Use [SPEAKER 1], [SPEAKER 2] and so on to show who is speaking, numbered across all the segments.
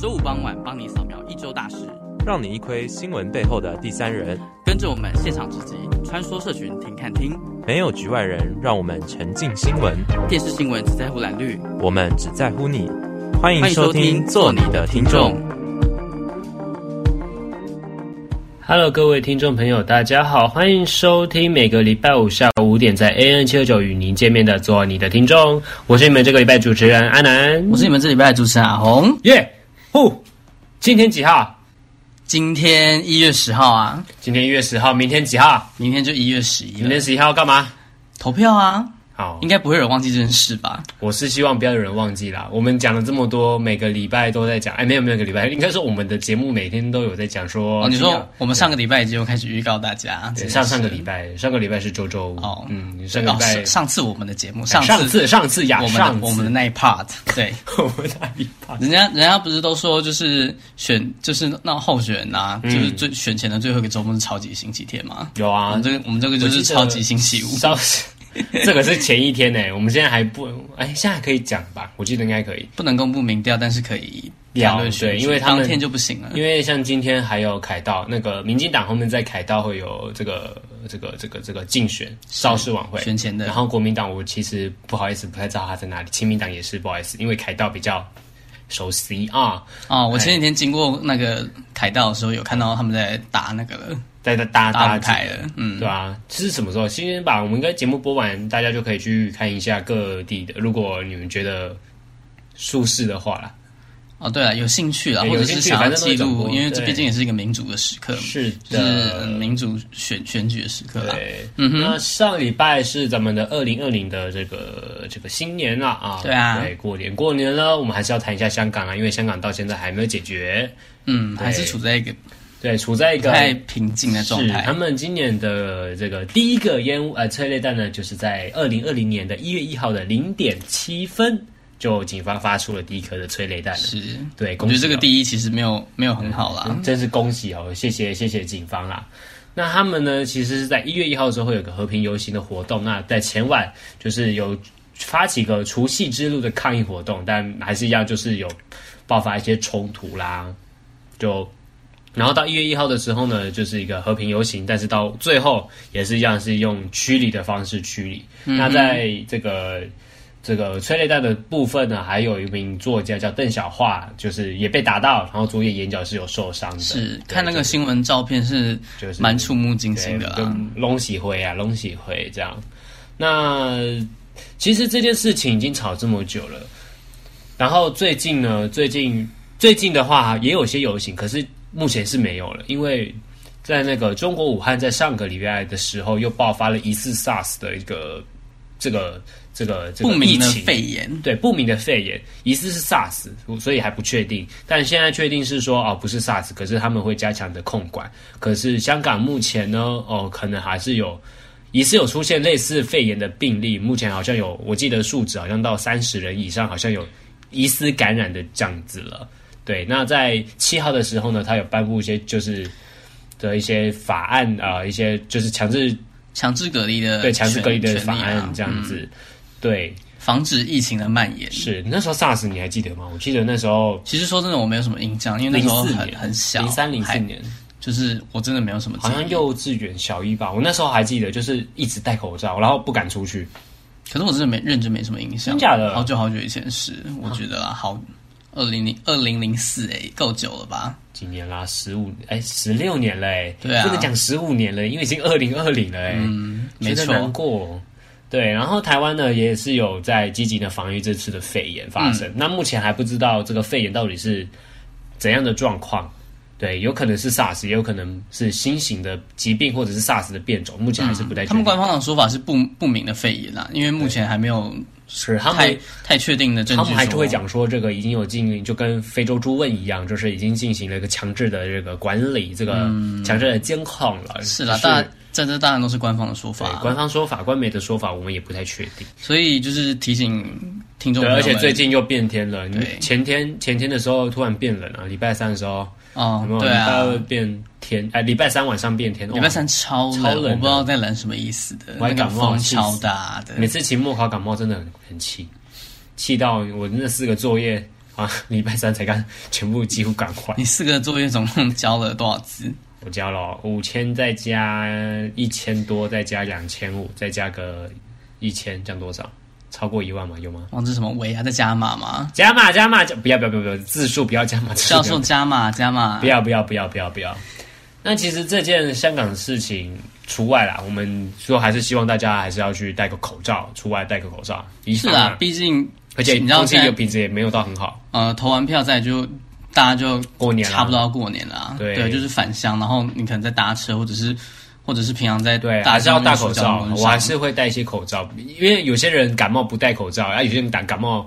[SPEAKER 1] 周五傍晚帮你扫描一周大事，
[SPEAKER 2] 让你一窥新闻背后的第三人。
[SPEAKER 1] 跟着我们现场直击，穿梭社群，听看听。
[SPEAKER 2] 没有局外人，让我们沉浸新闻，
[SPEAKER 1] 电视新闻只在乎蓝绿，
[SPEAKER 2] 我们只在乎你。欢迎
[SPEAKER 1] 欢迎
[SPEAKER 2] 收
[SPEAKER 1] 收听
[SPEAKER 2] 听
[SPEAKER 1] 《
[SPEAKER 2] 《
[SPEAKER 1] 做
[SPEAKER 2] 做
[SPEAKER 1] 你
[SPEAKER 2] 你
[SPEAKER 1] 的
[SPEAKER 2] 的
[SPEAKER 1] 听
[SPEAKER 2] 听
[SPEAKER 1] 众
[SPEAKER 2] 众》。》。
[SPEAKER 3] Hello，各位听众朋友，大家好，欢迎收听每个礼拜五下午五点在 AN 七二九与您见面的做你的听众，我是你们这个礼拜主持人阿南
[SPEAKER 1] 我，是你们这礼拜的主持人阿红，
[SPEAKER 3] 耶，呼、今天几号？
[SPEAKER 1] 今天一月十号啊，
[SPEAKER 3] 今天一月十号，明天几号？
[SPEAKER 1] 明天就一月十一
[SPEAKER 3] 明
[SPEAKER 1] 了
[SPEAKER 3] 天，十一号干嘛？
[SPEAKER 1] 投票啊，
[SPEAKER 3] 好
[SPEAKER 1] 应，该不会有人忘记这件事吧？
[SPEAKER 3] 我是希望不要有人忘记啦。我们讲了这么多，每个礼拜都在讲，哎，没有没有，每个礼拜应该说我们的节目每天都有在讲说，
[SPEAKER 1] 哦，你
[SPEAKER 3] 今
[SPEAKER 1] 说
[SPEAKER 3] 天
[SPEAKER 1] 我们上个礼拜已经有开始预告大家，这
[SPEAKER 3] 啊对
[SPEAKER 1] 件
[SPEAKER 3] 上
[SPEAKER 1] 事
[SPEAKER 3] 上个礼拜，上个礼拜是周周，
[SPEAKER 1] 哦
[SPEAKER 3] 嗯，上个
[SPEAKER 1] 哦
[SPEAKER 3] 礼拜
[SPEAKER 1] 上上次我们的节目，
[SPEAKER 3] 哎
[SPEAKER 1] 上
[SPEAKER 3] 上次上次呀，
[SPEAKER 1] 我们
[SPEAKER 3] 上
[SPEAKER 1] 的
[SPEAKER 3] 次
[SPEAKER 1] 我们的那一 part，对，
[SPEAKER 3] 我们那一趴。
[SPEAKER 1] 人家人家不是都说就是选就是那候选人啊，
[SPEAKER 3] 嗯
[SPEAKER 1] 就是最选前的最后一个周末是超级星期天嘛。
[SPEAKER 3] 有
[SPEAKER 1] 我
[SPEAKER 3] 啊
[SPEAKER 1] 们， 这个我们这个就是超级星期五，
[SPEAKER 3] 稍 这个是前一天呢、我们现在还不，哎，现在可以讲吧？我记得应该可以，
[SPEAKER 1] 不能公布民调，但是可以
[SPEAKER 3] 聊
[SPEAKER 1] 谈论选举
[SPEAKER 3] 对因为他们
[SPEAKER 1] 当天就不行了。
[SPEAKER 3] 因为像今天还有凯道，那个民进党后面在凯道会有这个这个这个这个竞选造势晚会，
[SPEAKER 1] 选前的
[SPEAKER 3] 然后国民党我其实不好意思不太知道他在哪里，亲民党也是不好意思，因为凯道比较熟悉啊，
[SPEAKER 1] 哦，我前几天经过那个凯道的时候，有看到他们在打那个了
[SPEAKER 3] 在这搭
[SPEAKER 1] 打
[SPEAKER 3] 搭
[SPEAKER 1] 舞台了，嗯，
[SPEAKER 3] 对啊，这是什么时候？今天吧，我们应该节目播完，大家就可以去看一下各地的。如果你们觉得舒适的话啦，
[SPEAKER 1] 哦，对了，有兴趣了，
[SPEAKER 3] 对
[SPEAKER 1] 或者
[SPEAKER 3] 有兴
[SPEAKER 1] 是
[SPEAKER 3] 趣
[SPEAKER 1] 想要
[SPEAKER 3] 反正都
[SPEAKER 1] 记
[SPEAKER 3] 会转
[SPEAKER 1] 录，
[SPEAKER 3] 播
[SPEAKER 1] 因为这
[SPEAKER 3] 对
[SPEAKER 1] 毕竟也是一个民主的时刻嘛，
[SPEAKER 3] 是
[SPEAKER 1] 就是
[SPEAKER 3] 的
[SPEAKER 1] 嗯，民主选选举的时刻啦。
[SPEAKER 3] 对。那上礼拜是咱们的二零二零的这个这个新年了啊，
[SPEAKER 1] 对啊
[SPEAKER 3] 对，过年过年了，我们还是要谈一下香港啊，因为香港到现在还没有解决，
[SPEAKER 1] 嗯，
[SPEAKER 3] 对
[SPEAKER 1] 还是处在一个
[SPEAKER 3] 对，处在一
[SPEAKER 1] 不
[SPEAKER 3] 个
[SPEAKER 1] 太平静的状
[SPEAKER 3] 是
[SPEAKER 1] 态
[SPEAKER 3] 他。们今年的这个第一个烟雾呃催泪弹呢，就是在二零二零年的一月一号的零点七分，就警方发出了第一颗的催泪弹了。
[SPEAKER 1] 是，
[SPEAKER 3] 对，
[SPEAKER 1] 我
[SPEAKER 3] 恭
[SPEAKER 1] 觉
[SPEAKER 3] 喜
[SPEAKER 1] 得这个
[SPEAKER 3] 哦
[SPEAKER 1] 第一其实没有没有很好啦。
[SPEAKER 3] 啊真是恭喜哦，谢谢谢谢警方啦。那他们呢，其实是在一月一号的时候会有个和平游行的活动，那在前晚就是有发起个除夕之路的抗议活动，但还是一样就是有爆发一些冲突啦，就。然后到一月一号的时候呢，就是一个和平游行，但是到最后也是一样是用驱离的方式驱离。那在这个这个催泪弹的部分呢，还有一名作家叫邓小桦，就是也被打到，然后左眼眼角是有受伤的。
[SPEAKER 1] 是
[SPEAKER 3] 对
[SPEAKER 1] 看那个
[SPEAKER 3] 就
[SPEAKER 1] 新闻照片是
[SPEAKER 3] 就是
[SPEAKER 1] 蛮触目惊
[SPEAKER 3] 对
[SPEAKER 1] 心的
[SPEAKER 3] 就
[SPEAKER 1] 啦。
[SPEAKER 3] 龙喜辉啊，龙喜辉这样。那其实这件事情已经吵这么久了，然后最近呢，最近最近的话也有些游行，可是目前是没有了，因为在那个中国武汉，在上个礼拜的时候又爆发了疑似 SARS 的一个这个这个这
[SPEAKER 1] 不
[SPEAKER 3] 个疫
[SPEAKER 1] 明的
[SPEAKER 3] 情。
[SPEAKER 1] 肺炎，
[SPEAKER 3] 对，不明的肺炎，疑似是 SARS，所以还不确定。但现在确定是说，哦，不是 SARS，可是他们会加强的控管。可是香港目前呢，哦，可能还是有，疑似有出现类似肺炎的病例。目前好像有，我记得数值好像到三十人以上，好像有疑似感染的这样子了。对，那在七号的时候呢，他有颁布一些就是的一些法案啊、呃一些就是强制
[SPEAKER 1] 强制隔离的
[SPEAKER 3] 对强制隔离的
[SPEAKER 1] 权
[SPEAKER 3] 法
[SPEAKER 1] 权利啊嗯
[SPEAKER 3] 案这样子。对，
[SPEAKER 1] 防止疫情的蔓延。
[SPEAKER 3] 是那时候 SARS 你还记得吗？我记得那时候
[SPEAKER 1] 其实说真的，我没有什么印象，因为那时候
[SPEAKER 3] 04
[SPEAKER 1] 很
[SPEAKER 3] 年
[SPEAKER 1] 很小，
[SPEAKER 3] 零三零四
[SPEAKER 1] 还
[SPEAKER 3] 年，
[SPEAKER 1] 就是我真的没有什么记
[SPEAKER 3] 好
[SPEAKER 1] 忆。
[SPEAKER 3] 像幼稚园小一吧。我那时候还记得，就是一直戴口罩，然后不敢出去。
[SPEAKER 1] 可是我真的没认真没什么印象，
[SPEAKER 3] 真假的啊
[SPEAKER 1] 好久好久以前的事，我觉得啦，好，二零零二零零四哎，够久了吧？
[SPEAKER 3] 几年啦，十五哎，十六年嘞、哎
[SPEAKER 1] 对啊
[SPEAKER 3] 不能讲十五年了，因为已经二零二零了哎、
[SPEAKER 1] 嗯，没
[SPEAKER 3] 觉得
[SPEAKER 1] 错，
[SPEAKER 3] 难过。对，然后台湾呢也是有在积极的防御这次的肺炎发生。
[SPEAKER 1] 嗯
[SPEAKER 3] 那目前还不知道这个肺炎到底是怎样的状况，对，有可能是 SARS，也有可能是新型的疾病或者是 SARS 的变种，目前还是不太确定、
[SPEAKER 1] 嗯他们官方的说法是不不明的肺炎啦，因为目前还没有
[SPEAKER 3] 是他们
[SPEAKER 1] 太太确定的证据
[SPEAKER 3] 他
[SPEAKER 1] 说。
[SPEAKER 3] 们还是会讲说，这个已经有进，就跟非洲猪瘟一样，就是已经进行了一个强制的这个管理，这个强制的监控了。
[SPEAKER 1] 嗯是啦，
[SPEAKER 3] 就
[SPEAKER 1] 大这这当然都是官方的说
[SPEAKER 3] 对
[SPEAKER 1] 法，啊
[SPEAKER 3] 官方说法、官媒的说法，我们也不太确定。
[SPEAKER 1] 所以就是提醒听众
[SPEAKER 3] 对，
[SPEAKER 1] 朋友
[SPEAKER 3] 而
[SPEAKER 1] 们，
[SPEAKER 3] 且最近又变天了。你
[SPEAKER 1] 对
[SPEAKER 3] 前天前天的时候突然变冷啊了，礼拜三的时候，
[SPEAKER 1] 哦
[SPEAKER 3] 有没，有？
[SPEAKER 1] 对
[SPEAKER 3] 礼拜
[SPEAKER 1] 啊，
[SPEAKER 3] 二变天，哎，礼拜三晚上变天，
[SPEAKER 1] 礼拜
[SPEAKER 3] 哇。
[SPEAKER 1] 三超冷，
[SPEAKER 3] 超冷的
[SPEAKER 1] 我不知道在冷什么意思的，
[SPEAKER 3] 我还
[SPEAKER 1] 那个
[SPEAKER 3] 感冒
[SPEAKER 1] 风
[SPEAKER 3] 气死
[SPEAKER 1] 超大的，
[SPEAKER 3] 每次期末考感冒真的很很气，气到我那四个作业啊， 礼拜三才刚全部几乎赶完。
[SPEAKER 1] 你四个作业总共交了多少字？
[SPEAKER 3] 我交了五千，再加一千多，再加两千五，再加个一千，这样多少？超过一万吗？有吗？
[SPEAKER 1] 哇，这是什么维还在加码吗？
[SPEAKER 3] 加码加码加！不要不要不要不要，字数不要加码，字数
[SPEAKER 1] 教授加码加码
[SPEAKER 3] 不，要不要不要不要不要。那其实这件香港事情除外啦，我们说还是希望大家还是要去戴个口罩，出外戴个口罩。一
[SPEAKER 1] 是
[SPEAKER 3] 上
[SPEAKER 1] 啊，毕竟
[SPEAKER 3] 而且
[SPEAKER 1] 你知道
[SPEAKER 3] 空气
[SPEAKER 1] 现在
[SPEAKER 3] 的品质也没有到很好。
[SPEAKER 1] 呃投完票再就大家就
[SPEAKER 3] 过年啦
[SPEAKER 1] 差不多要过年了啊，
[SPEAKER 3] 对
[SPEAKER 1] 就是返乡，然后你可能在搭车或者是或者是平常在
[SPEAKER 3] 对，
[SPEAKER 1] 大
[SPEAKER 3] 还是要
[SPEAKER 1] 众
[SPEAKER 3] 戴
[SPEAKER 1] 运输
[SPEAKER 3] 口
[SPEAKER 1] 交通
[SPEAKER 3] 罩
[SPEAKER 1] 工，具
[SPEAKER 3] 我还
[SPEAKER 1] 上
[SPEAKER 3] 是会戴一些口罩，因为有些人感冒不戴口罩，啊，有些人感感冒，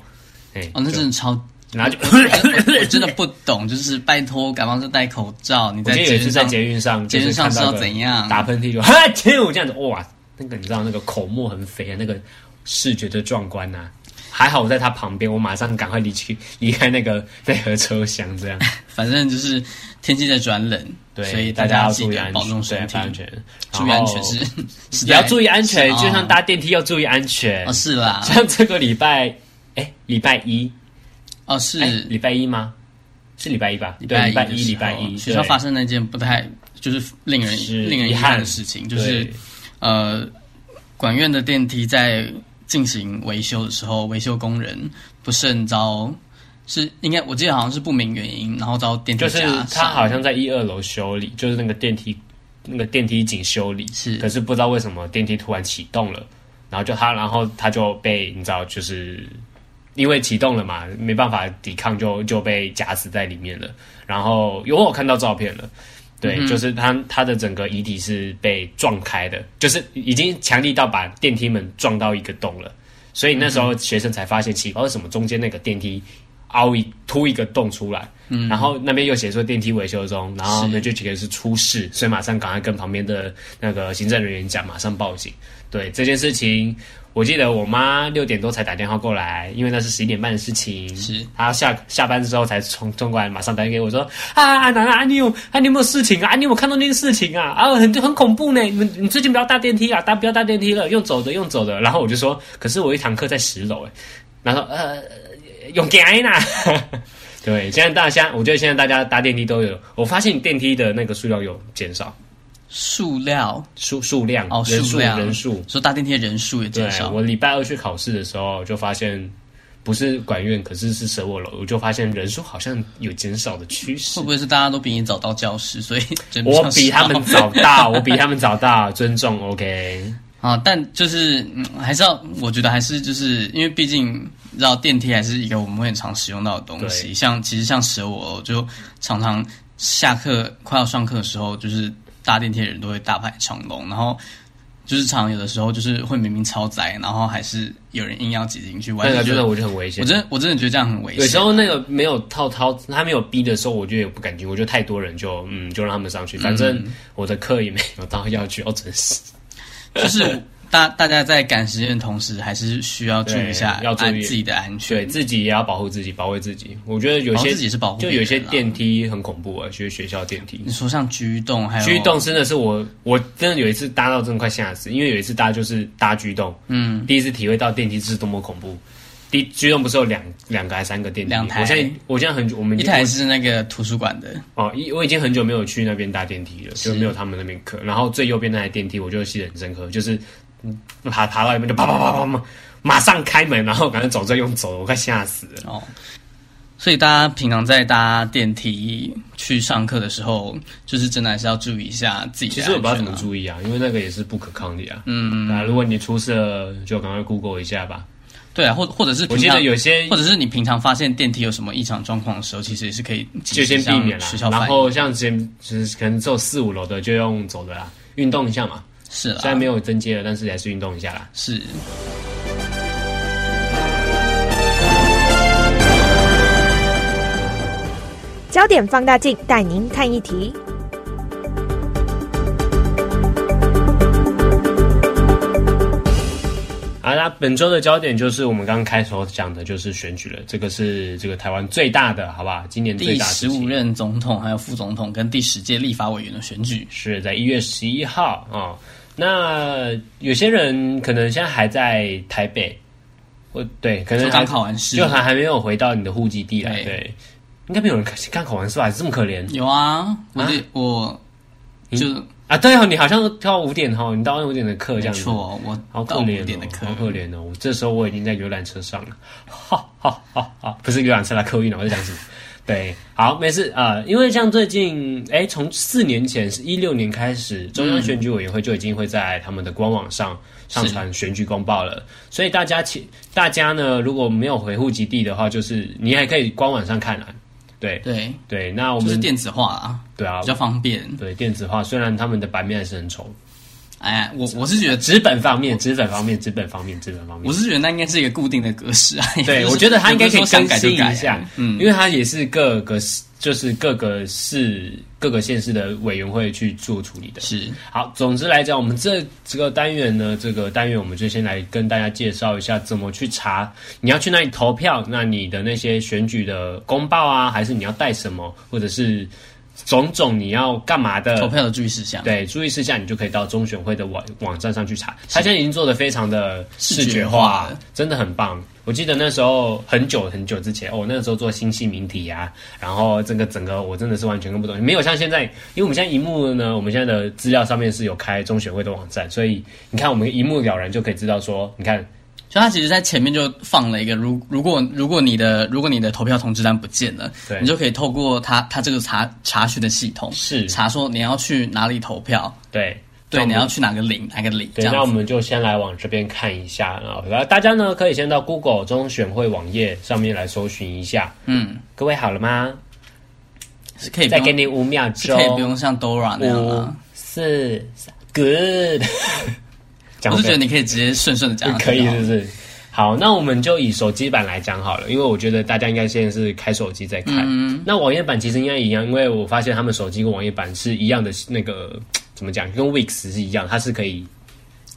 [SPEAKER 3] 哎、
[SPEAKER 1] 哦，那
[SPEAKER 3] 就
[SPEAKER 1] 真的超
[SPEAKER 3] 然后就
[SPEAKER 1] 哎我真的不懂，就是拜托，感冒就戴口罩。你
[SPEAKER 3] 我
[SPEAKER 1] 在
[SPEAKER 3] 今天有
[SPEAKER 1] 街
[SPEAKER 3] 一次在
[SPEAKER 1] 上
[SPEAKER 3] 捷运上，
[SPEAKER 1] 捷运上
[SPEAKER 3] 就是看到
[SPEAKER 1] 要
[SPEAKER 3] 个
[SPEAKER 1] 怎样？
[SPEAKER 3] 打喷嚏就哈啾这样子，哇，那个你知道那个口沫很肥啊，那个视觉的壮观呐、还好我在他旁边，我马上赶快离去 离开那个那个车厢，这样
[SPEAKER 1] 反正就是天气在转冷，
[SPEAKER 3] 对，
[SPEAKER 1] 所以
[SPEAKER 3] 大
[SPEAKER 1] 家
[SPEAKER 3] 要
[SPEAKER 1] 记
[SPEAKER 3] 注意
[SPEAKER 1] 得
[SPEAKER 3] 安
[SPEAKER 1] 保重身体
[SPEAKER 3] 全，对，安全，
[SPEAKER 1] 注意安全
[SPEAKER 3] 然后
[SPEAKER 1] 是 是
[SPEAKER 3] 哦也要
[SPEAKER 1] 在
[SPEAKER 3] 注意安全，
[SPEAKER 1] 哦
[SPEAKER 3] 就像搭电梯要注意安全
[SPEAKER 1] 哦，。是 啦，
[SPEAKER 3] 像这个礼拜，哎，礼拜一，
[SPEAKER 1] 哦
[SPEAKER 3] 哎，
[SPEAKER 1] 是
[SPEAKER 3] 礼拜一吗？是礼拜一吧？
[SPEAKER 1] 礼
[SPEAKER 3] 对，
[SPEAKER 1] 拜
[SPEAKER 3] 礼拜
[SPEAKER 1] 的
[SPEAKER 3] 一，
[SPEAKER 1] 时
[SPEAKER 3] 礼拜
[SPEAKER 1] 候
[SPEAKER 3] 一，
[SPEAKER 1] 学校
[SPEAKER 3] 对
[SPEAKER 1] 发生了一件不太就是令人
[SPEAKER 3] 是
[SPEAKER 1] 令人
[SPEAKER 3] 遗
[SPEAKER 1] 遗
[SPEAKER 3] 憾
[SPEAKER 1] 憾的事情，就是
[SPEAKER 3] 对
[SPEAKER 1] 呃，管院的电梯在进行维修的时候，维修工人不慎遭。是应该，我记得好像是不明原因，然后遭电梯
[SPEAKER 3] 就是
[SPEAKER 1] 夹
[SPEAKER 3] 他
[SPEAKER 1] 伤
[SPEAKER 3] 好像在一二楼修理，就是那个电梯那个电梯井修理，
[SPEAKER 1] 是
[SPEAKER 3] 可是不知道为什么电梯突然启动了，然后就他，然后他就被你知道，就是因为启动了嘛，没办法抵抗就，就被夹死在里面了。然后有我看到照片了。
[SPEAKER 1] 嗯
[SPEAKER 3] 对，就是他他的整个遗体是被撞开的，就是已经强力到把电梯门撞到一个洞了，所以那
[SPEAKER 1] 嗯
[SPEAKER 3] 时候学生才发现奇怪，为什么中间那个电梯凹一凸一个洞出来，然后那边又写说电梯维修中，然后呢就觉得是出事，所以马上赶快跟旁边的那个行政人员讲，马上报警。对这件事情，我记得我妈六点多才打电话过来，因为那是十一点半的事情。
[SPEAKER 1] 是，
[SPEAKER 3] 她下下班之后才冲冲过来，马上打电话给我说：“啊，啊楠楠，啊你有啊你有没有事情啊？啊你有没有看到那件事情啊？啊很很恐怖呢！你们你最近不要搭电梯啊，搭不要搭电梯了，用走的用走的。”然后我就说：“可是我有一堂课在十楼哎。”然后呃，用给呢。 对，现在大家，我觉得现在大家搭电梯都有，我发现电梯的那个数量有减少，
[SPEAKER 1] 塑料
[SPEAKER 3] 数数量、
[SPEAKER 1] 哦，
[SPEAKER 3] 人数
[SPEAKER 1] 数量
[SPEAKER 3] 人数，
[SPEAKER 1] 说搭电梯的人数也
[SPEAKER 3] 对
[SPEAKER 1] 减，少，
[SPEAKER 3] 我礼拜二去考试的时候就发现，不是管院，可是是舍我楼，我就发现人数好像有减少的趋势
[SPEAKER 1] 会不。会是大家都比你早到教室， 所以人比较
[SPEAKER 3] 我比他们
[SPEAKER 1] 少
[SPEAKER 3] 早到，我比他们早到，尊重 OK。
[SPEAKER 1] 啊？但就是、嗯、还是要，我觉得还是就是因为毕竟你知道电梯还是一个我们会很常使用到的东
[SPEAKER 3] 对
[SPEAKER 1] 西，像其实像蛇我我就常常下课快要上课的时候，就是搭电梯的人都会大排长龙，然后。就是常常有的时候，就是会明明超载，然后还是有人硬要挤进去。我还
[SPEAKER 3] 那
[SPEAKER 1] 是
[SPEAKER 3] 啊个
[SPEAKER 1] 觉
[SPEAKER 3] 真的
[SPEAKER 1] 得，
[SPEAKER 3] 我觉得很危险。
[SPEAKER 1] 我真的我真的觉得这样很危险。
[SPEAKER 3] 有时候那个没有套套，他没有逼的时候，我就也不敢进，我觉得太多人就嗯，就让他们上去，反正我的课也没有到要去要准时，
[SPEAKER 1] 就是大大家在赶时间的同时，还是需要注意一下
[SPEAKER 3] 对要注意
[SPEAKER 1] 安自己的安全。
[SPEAKER 3] 对自己也要保护自己，保卫自己。我觉得有
[SPEAKER 1] 然后
[SPEAKER 3] 些
[SPEAKER 1] 自己是保护
[SPEAKER 3] 就
[SPEAKER 1] 别
[SPEAKER 3] 有些
[SPEAKER 1] 人啦哎
[SPEAKER 3] 电梯很恐怖啊，就是学校电梯
[SPEAKER 1] 你。说像居动还有
[SPEAKER 3] 居动真的是我，我真的有一次搭到真的快吓死，因为有一次搭就是搭居动，嗯，第一次体会到电梯是多么恐怖。第居动不是有两两个还是三个电梯？
[SPEAKER 1] 两台
[SPEAKER 3] 我现在我现在很久，我们
[SPEAKER 1] 一台是那个图书馆的，
[SPEAKER 3] 哦，一我已经很久没有去那边搭电梯了，就没有他们那边课。然后最右边那台电梯，我就记得很深刻，就是嗯爬爬到一半就啪啪啪啪啪，马上开门，然后赶快走这用走，我快吓死了。
[SPEAKER 1] 哦。所以大家平常在搭电梯去上课的时候，就是真的还是要注意一下自己
[SPEAKER 3] 其
[SPEAKER 1] 的
[SPEAKER 3] 实我
[SPEAKER 1] 安
[SPEAKER 3] 不知道怎
[SPEAKER 1] 全啊。
[SPEAKER 3] 么注意啊，因为那个也是不可抗力啊。嗯，啊，如果你出事了，就赶快 Google 一下吧。
[SPEAKER 1] 对啊，或或者是
[SPEAKER 3] 我
[SPEAKER 1] 平
[SPEAKER 3] 记
[SPEAKER 1] 常
[SPEAKER 3] 得有些
[SPEAKER 1] 或者是你平常发现电梯有什么异常状况的时候，其实也是可以
[SPEAKER 3] 就先避
[SPEAKER 1] 了
[SPEAKER 3] 免啦
[SPEAKER 1] 学校，
[SPEAKER 3] 然
[SPEAKER 1] 反应
[SPEAKER 3] 后像之前就是可能只有四五楼的就用走的啦，运动一下嘛。
[SPEAKER 1] 是啊
[SPEAKER 3] 虽然
[SPEAKER 1] 啦，
[SPEAKER 3] 没有增阶了，但是还是运动一下啦。
[SPEAKER 1] 是
[SPEAKER 4] 焦点放大镜带您看一题。
[SPEAKER 3] 好啦，本周的焦点就是我们刚刚开头讲的，就是选举了。这个是这个台湾最大的，好吧？今年最
[SPEAKER 1] 第
[SPEAKER 3] 大的
[SPEAKER 1] 十
[SPEAKER 3] 事
[SPEAKER 1] 五
[SPEAKER 3] 情
[SPEAKER 1] 任总统还有副总统跟第十届立法委员的选举，
[SPEAKER 3] 是在一月十一号啊、哦那有些人可能现在还在台北，或对，可能
[SPEAKER 1] 就
[SPEAKER 3] 还
[SPEAKER 1] 刚考完试，
[SPEAKER 3] 就还还没有回到你的户籍地
[SPEAKER 1] 对
[SPEAKER 3] 来，对，应该没有人看刚考完试吧？这么可怜
[SPEAKER 1] 有啊，我这、我
[SPEAKER 3] 嗯
[SPEAKER 1] 就
[SPEAKER 3] 啊？对哦，你好像跳五点哦，你到五点的课这
[SPEAKER 1] 没
[SPEAKER 3] 样子，
[SPEAKER 1] 错，我
[SPEAKER 3] 好可
[SPEAKER 1] 到五
[SPEAKER 3] 怜、哦，
[SPEAKER 1] 点的课，
[SPEAKER 3] 好可怜哦！我这时候我已经在游览车上了，哈哈哈哈！不是游览车啦，客运了，我在讲什么？ 对，好，没事啊、呃因为像最近，哎，从四年前是一六年开始，中
[SPEAKER 1] 嗯
[SPEAKER 3] 央选举委员会就已经会在他们的官网上上传选举公报了，所以大家请大家呢，如果没有回户籍地的话，就是你还可以官网上看啊。对
[SPEAKER 1] 对，
[SPEAKER 3] 对，那我
[SPEAKER 1] 就
[SPEAKER 3] 们、
[SPEAKER 1] 是电子化啊，
[SPEAKER 3] 对啊
[SPEAKER 1] 比，较方便。
[SPEAKER 3] 对电子化，虽然他们的版面还是很丑，
[SPEAKER 1] 哎，我我是觉得，
[SPEAKER 3] 纸本方面，纸本方面，纸本方面，纸本方面
[SPEAKER 1] 我，是觉得那应该是一个固定的格式 啊。也
[SPEAKER 3] 对，
[SPEAKER 1] 不是
[SPEAKER 3] 我觉得他应该可
[SPEAKER 1] 也
[SPEAKER 3] 以
[SPEAKER 1] 不是说想
[SPEAKER 3] 更
[SPEAKER 1] 改就
[SPEAKER 3] 新
[SPEAKER 1] 改
[SPEAKER 3] 一下，
[SPEAKER 1] 嗯，
[SPEAKER 3] 因为他也是各个市就是各个市各个县市的委员会去做处理的。
[SPEAKER 1] 是
[SPEAKER 3] 好，总之来讲，我们这这个单元呢，这个单元我们就先来跟大家介绍一下怎么去查你要去那里投票，那你的那些选举的公报啊，还是你要带什么，或者是种种你要干嘛的
[SPEAKER 1] 投票的注意事项。
[SPEAKER 3] 呃对，注意事项你就可以到中选会的网网站上去查。他现在已经做的非常的视
[SPEAKER 1] 视
[SPEAKER 3] 觉
[SPEAKER 1] 觉
[SPEAKER 3] 化
[SPEAKER 1] 化，
[SPEAKER 3] 真的很棒。我记得那时候很久很久之前，哦，那时候做星系名体啊，然后这个整个我真的是完全看不懂，没有像现在，因为我们现在荧幕呢，我们现在的资料上面是有开中选会的网站，所以你看我们一目了然就可以知道说，你看
[SPEAKER 1] 所以他其实在前面就放了一个，如如果如果你的如果你的投票通知单不见了
[SPEAKER 3] 对，
[SPEAKER 1] 你就可以透过他他这个查查询的系统，
[SPEAKER 3] 是
[SPEAKER 1] 查说你要去哪里投票，
[SPEAKER 3] 对
[SPEAKER 1] 对，
[SPEAKER 3] 那
[SPEAKER 1] 你
[SPEAKER 3] 我们
[SPEAKER 1] 要去哪个领哪个领这
[SPEAKER 3] 对，那我
[SPEAKER 1] 样子。
[SPEAKER 3] 们就先来往这边看一下啊，然后大家呢可以先到 Google 中选会网页上面来搜寻一下。
[SPEAKER 1] 嗯，
[SPEAKER 3] 各位好了吗？
[SPEAKER 1] 是可以不
[SPEAKER 3] 再
[SPEAKER 1] 用
[SPEAKER 3] 给你五秒
[SPEAKER 1] 是
[SPEAKER 3] 钟，
[SPEAKER 1] 可以不用像 Dora 那样
[SPEAKER 3] 五
[SPEAKER 1] 啊。
[SPEAKER 3] 四三，Good 讲
[SPEAKER 1] 我
[SPEAKER 3] 得
[SPEAKER 1] 是觉得
[SPEAKER 3] 非常。
[SPEAKER 1] 你可以直接顺顺的讲下去
[SPEAKER 3] 可以
[SPEAKER 1] 就好
[SPEAKER 3] 是不是？好，那我们就以手机版来讲好了，因为我觉得大家应该现在是开手机在看。那网页版其实应该一样，因为我发现他们手机跟网页版是一样的，那个怎么讲，跟 Wix 是一样，它是可以，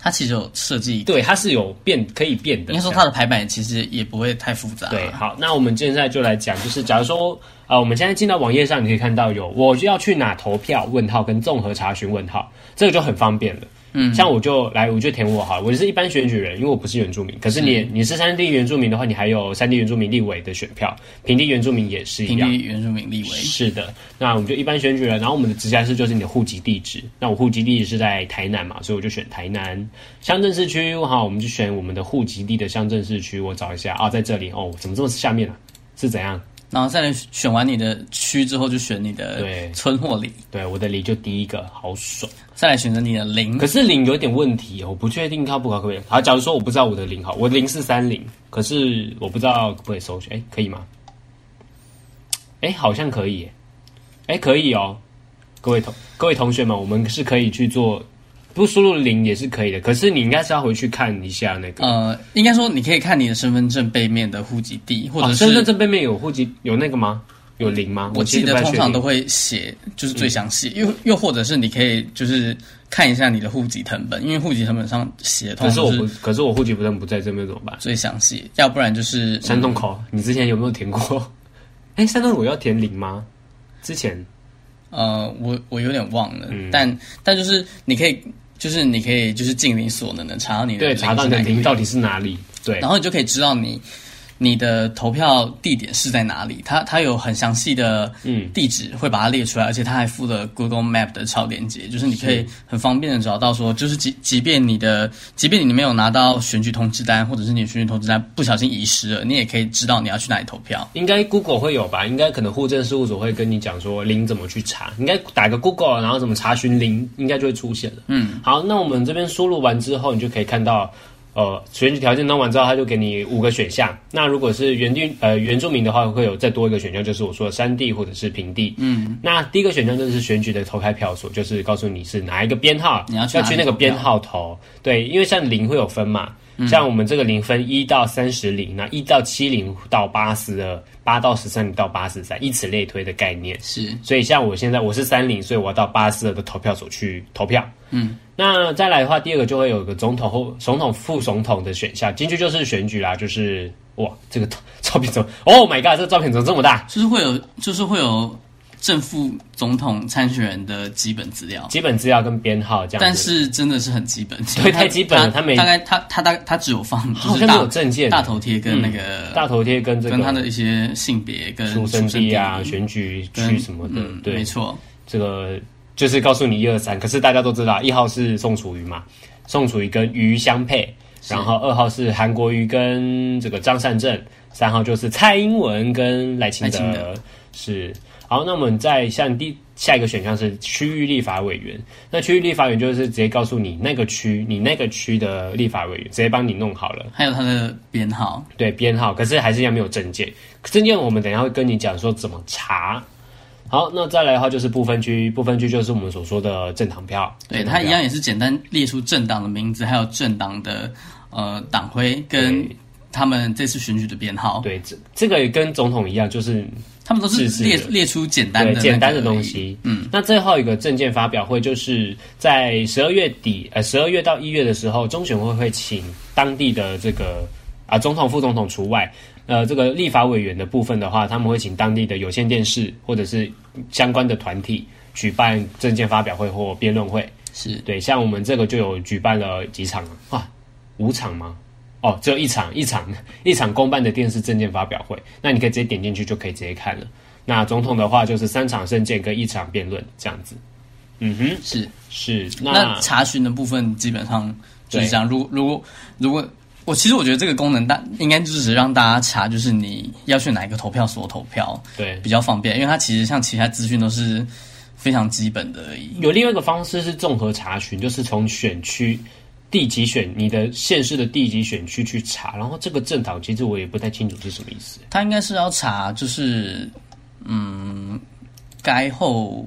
[SPEAKER 1] 它其实有设计，
[SPEAKER 3] 对，它是有变可以变的。
[SPEAKER 1] 应该说
[SPEAKER 3] 这
[SPEAKER 1] 它
[SPEAKER 3] 样
[SPEAKER 1] 的排版其实也不会太复杂。啊
[SPEAKER 3] 对，好，那我们现在就来讲，就是假如说，呃，我们现在进到网页上，你可以看到有我就要去哪投票问号跟综合查询问号，这个就很方便了。嗯，像我就来，我就填我好了，我是一般选举人，因为我不是原住民。可是你、
[SPEAKER 1] 嗯
[SPEAKER 3] 你是山地原住民的话，你还有山地原住民立委的选票，平地原住民也是一
[SPEAKER 1] 平
[SPEAKER 3] 样。
[SPEAKER 1] 地原住民立委
[SPEAKER 3] 是的，那我们就一般选举人，然后我们的直辖市就是你的户籍地址。那我户籍地址是在台南嘛，所以我就选台南乡镇市区。好，我们就选我们的户籍地的乡镇市区。我找一下啊，在这里哦，怎么这么下面啊？是怎样？
[SPEAKER 1] 然后再来选完你的区之后，就选你的
[SPEAKER 3] 对
[SPEAKER 1] 村或里，
[SPEAKER 3] 对，我的里就第一个，好爽。
[SPEAKER 1] 再来选择你的零
[SPEAKER 3] 可。是零有点问题，哦我不确定它不可不可以。好，假如说我不知道我的零好，我的零是三零，可是我不知道可不可以搜寻，哎，可以吗？哎，好像可以耶，哎，可以哦，各位同各位同学们，我们是可以去做，不输入零也是可以的。可是你应该是要回去看一下那个，
[SPEAKER 1] 呃，应该说你可以看你的身份证背面的户籍地，或
[SPEAKER 3] 哦
[SPEAKER 1] 者是
[SPEAKER 3] 身份证背面有户籍有那个吗？有零吗？
[SPEAKER 1] 我记
[SPEAKER 3] 其实不
[SPEAKER 1] 得
[SPEAKER 3] 太
[SPEAKER 1] 通
[SPEAKER 3] 确
[SPEAKER 1] 常
[SPEAKER 3] 定嗯
[SPEAKER 1] 都会写，就是最详细，又又或者是你可以就是看一下你的户籍成本，因为户籍成本上写的通
[SPEAKER 3] 可是
[SPEAKER 1] 常
[SPEAKER 3] 我
[SPEAKER 1] 都
[SPEAKER 3] 不
[SPEAKER 1] 是，
[SPEAKER 3] 可是我户籍不但不在这边怎么办？
[SPEAKER 1] 最详细，要不然就是
[SPEAKER 3] 山洞口，你之前有没有填过？嗯 哎，山洞口要填零吗？之前
[SPEAKER 1] 呃，我我有点忘了，
[SPEAKER 3] 嗯
[SPEAKER 1] 但但就是你可以，就是你可以就是尽你所能的查到你的
[SPEAKER 3] 对，查到你的
[SPEAKER 1] 哪个
[SPEAKER 3] 零
[SPEAKER 1] 地
[SPEAKER 3] 到底是哪里？对
[SPEAKER 1] 然，后你就可以知道你你的投票地点是在哪里。它它有很详细的
[SPEAKER 3] 嗯
[SPEAKER 1] 地址会把它列出来，而且它还附了 Google Map 的超链接，就是你可以很方便的找到说，就是即即便你的即便你没有拿到选举通知单，或者是你的选举通知单不小心遗失了，你也可以知道你要去哪里投票。
[SPEAKER 3] 应该 Google 会有吧？应该可能户政事务所会跟你讲说零怎么去查，应该打个 Google，然后怎么查询零，应该就会出现了。嗯，好，那我们这边输入完之后，你就可以看到。呃，选举条件弄完之后，它就给你五个选项。那如果是原地呃原住民的话，会有再多一个选项，就是我说的山地或者是平地。嗯，那第一个选项就是选举的投开票所，就是告诉你是哪一个编号，
[SPEAKER 1] 你要去
[SPEAKER 3] 要
[SPEAKER 1] 哪
[SPEAKER 3] 去
[SPEAKER 1] 里
[SPEAKER 3] 那个
[SPEAKER 1] 投
[SPEAKER 3] 编
[SPEAKER 1] 票
[SPEAKER 3] 号投。对，因为像零会有分嘛，
[SPEAKER 1] 嗯
[SPEAKER 3] 像我们这个零分一到三十零，那一到七零到八十二，八到十三零到八十三，以此类推的概念。
[SPEAKER 1] 是
[SPEAKER 3] 所以像我现在我是三零，所以我要到八四的投票所去投票。嗯，那再来的话，第二个就会有一个总统后总统副总统的选项，进去就是选举啦，就是哇，这个照照片怎么？Oh my god，这个照片怎么这么大？
[SPEAKER 1] 就是会有，就是会有正副总统参选人的基本资料，
[SPEAKER 3] 基本资料跟编号这样子。
[SPEAKER 1] 但是真的是很基本，
[SPEAKER 3] 对太基本了
[SPEAKER 1] 他
[SPEAKER 3] 他没
[SPEAKER 1] 大概他他大他只有放
[SPEAKER 3] 好
[SPEAKER 1] 就是
[SPEAKER 3] 像没有
[SPEAKER 1] 大
[SPEAKER 3] 证件，嗯
[SPEAKER 1] 大头贴跟那个、
[SPEAKER 3] 大头贴跟这个
[SPEAKER 1] 呃跟他的一些性别跟
[SPEAKER 3] 出生地
[SPEAKER 1] 地
[SPEAKER 3] 啊、选举
[SPEAKER 1] 跟
[SPEAKER 3] 区什么的，
[SPEAKER 1] 嗯，
[SPEAKER 3] 对
[SPEAKER 1] 没，错，
[SPEAKER 3] 这个就是告诉你一二三，可是大家都知道，一号是宋楚瑜嘛，宋楚瑜跟于相配，然后二号是韩国瑜跟这个张善政，三号就是蔡英文跟赖清德，
[SPEAKER 1] 赖清德
[SPEAKER 3] 是。好，那我们再像第下一个选项是区域立法委员，那区域立法委员就是直接告诉你那个区，你那个区的立法委员，直接帮你弄好了。
[SPEAKER 1] 还有他的编号，
[SPEAKER 3] 对编号，可是还是一样没有证件。证件我们等一下会跟你讲说怎么查。好，那再来的话就是不分区，不分区就是我们所说的政党票。
[SPEAKER 1] 对
[SPEAKER 3] 政
[SPEAKER 1] 他
[SPEAKER 3] 党票
[SPEAKER 1] 一样也是简单列出政党的名字，还有政党的呃党徽跟
[SPEAKER 3] 对
[SPEAKER 1] 他们这次选举的编号，
[SPEAKER 3] 对，这这个也跟总统一样，就是
[SPEAKER 1] 他们都
[SPEAKER 3] 是
[SPEAKER 1] 是
[SPEAKER 3] 是
[SPEAKER 1] 列
[SPEAKER 3] 的
[SPEAKER 1] 列出简单的那
[SPEAKER 3] 对
[SPEAKER 1] 个
[SPEAKER 3] 简单的
[SPEAKER 1] 而已
[SPEAKER 3] 东西。
[SPEAKER 1] 嗯，
[SPEAKER 3] 那最后一个证件发表会就是在十二月底，呃，十二月到一月的时候，中选会会请当地的这个啊、总统、副总统除外，呃，这个立法委员的部分的话，他们会请当地的有线电视或者是相关的团体举办证件发表会或辩论会。
[SPEAKER 1] 是
[SPEAKER 3] 对，像我们这个就有举办了几场啊，哇，五场吗？哦，只有一场，一场，一场公办的电视证件发表会，那你可以直接点进去就可以直接看了。那总统的话就是三场证件跟一场辩论这样子。嗯哼，
[SPEAKER 1] 是。
[SPEAKER 3] 是那
[SPEAKER 1] 那查询的部分基本上就是
[SPEAKER 3] 对
[SPEAKER 1] 这样。如如果如果我其实我觉得这个功能大应该就是只让大家查，就是你要去哪一个投票所投票
[SPEAKER 3] 对
[SPEAKER 1] 比较方便，因为它其实像其他资讯都是非常基本的而已。
[SPEAKER 3] 有另外一个方式是综合查询，就是从选区。地级选你的县市的地级选区去查，然后这个政党其实我也不太清楚是什么意思。
[SPEAKER 1] 它应该是要查就是嗯该后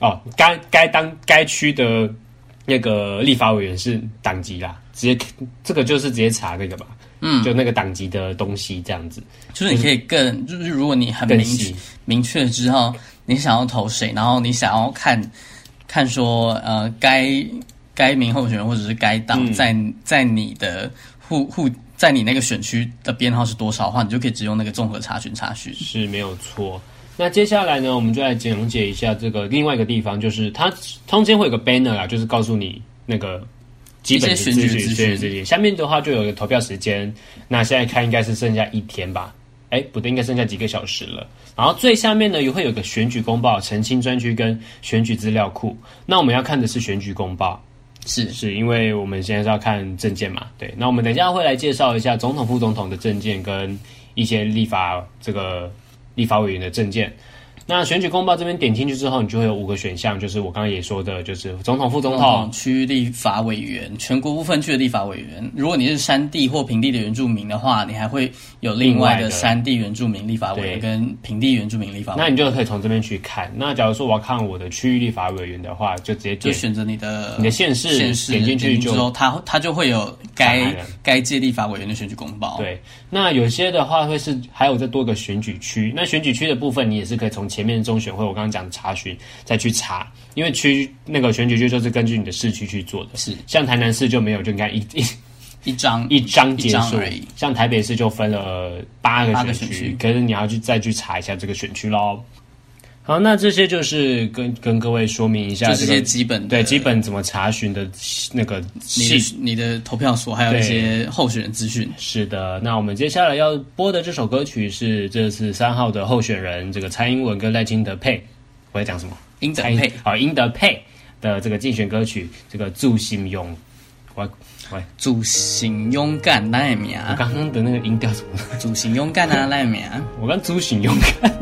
[SPEAKER 3] 哦，该该当该区的那个立法委员是党籍啦，直接这个就是直接查那个吧，嗯，就那个党籍的东西这样子
[SPEAKER 1] 就是你可以更就是如果你很
[SPEAKER 3] 更
[SPEAKER 1] 明确
[SPEAKER 3] 细。
[SPEAKER 1] 明确知道你想要投谁，然后你想要看看说呃该该名候选人或者是该党
[SPEAKER 3] 嗯
[SPEAKER 1] 在、在你的户户在你那个选区的编号是多少的话，你就可以只用那个综合查询查询。
[SPEAKER 3] 是没有错。那接下来呢，我们就来讲解一下这个另外一个地方，就是它中间会有个 banner 啦，就是告诉你那个基本的
[SPEAKER 1] 一些
[SPEAKER 3] 资
[SPEAKER 1] 选举
[SPEAKER 3] 讯、
[SPEAKER 1] 资讯
[SPEAKER 3] 选举资讯。下面的话就有一个投票时间，那现在看应该是剩下一天吧？哎，不对，应该剩下几个小时了。然后最下面呢，也会有个选举公报、澄清专区跟选举资料库。那我们要看的是选举公报，
[SPEAKER 1] 是
[SPEAKER 3] 是因为我们现在是要看证件嘛？对，那我们等一下会来介绍一下总统、副总统的证件跟一些立法这个立法委员的证件。那选举公报这边点进去之后，你就会有五个选项，就是我刚刚也说的，就是总统、副总统，
[SPEAKER 1] 区立法委员、全国部分区的立法委员。如果你是山地或平地的原住民的话，你还会有另外
[SPEAKER 3] 另
[SPEAKER 1] 的
[SPEAKER 3] 外的
[SPEAKER 1] 山地原住民立法委员
[SPEAKER 3] 对
[SPEAKER 1] 跟平地原住民立法委
[SPEAKER 3] 那
[SPEAKER 1] 员，
[SPEAKER 3] 你就可以从这边去看。那假如说我要看我的区域立法委员的话，就直接
[SPEAKER 1] 就
[SPEAKER 3] 点
[SPEAKER 1] 选择你的
[SPEAKER 3] 你的县市
[SPEAKER 1] 县市
[SPEAKER 3] 点进去
[SPEAKER 1] 之
[SPEAKER 3] 就
[SPEAKER 1] 后，它它就会有
[SPEAKER 3] 展
[SPEAKER 1] 该
[SPEAKER 3] 开了
[SPEAKER 1] 该届立法委员的选举公报。，
[SPEAKER 3] 对，那有些的话会是还有再多个选举区，那选举区的部分你也是可以从前面中选会我刚刚讲的查询再去查，因为区那个选举区就是根据你的市区去做的，
[SPEAKER 1] 是
[SPEAKER 3] 像台南市就没有，就你看一一
[SPEAKER 1] 一张
[SPEAKER 3] 一张结
[SPEAKER 1] 一张
[SPEAKER 3] 束
[SPEAKER 1] 而已，
[SPEAKER 3] 像台北市就分了八个
[SPEAKER 1] 八个
[SPEAKER 3] 选
[SPEAKER 1] 选
[SPEAKER 3] 区
[SPEAKER 1] 区，
[SPEAKER 3] 可是你要去再去查一下这个选区喽。好，那这些就是跟跟各位说明一下
[SPEAKER 1] 就
[SPEAKER 3] 啊这
[SPEAKER 1] 是
[SPEAKER 3] 个
[SPEAKER 1] 些基本的
[SPEAKER 3] 对基本怎么查询的那个
[SPEAKER 1] 你
[SPEAKER 3] 系
[SPEAKER 1] 的你的投票所，还有一些候选人资讯。
[SPEAKER 3] 是的，那我们接下来要播的这首歌曲是这次三号的候选人，这个蔡英文跟赖清德配，我在讲什么？
[SPEAKER 1] 英德
[SPEAKER 3] 蔡英
[SPEAKER 1] 配
[SPEAKER 3] 好，英德配的这个竞选歌曲，这个《祝心勇》。我我
[SPEAKER 1] 主行勇敢赖名，
[SPEAKER 3] 我刚刚的那个音调什么？
[SPEAKER 1] 主行勇敢啊赖名。
[SPEAKER 3] 我刚朱醒勇敢。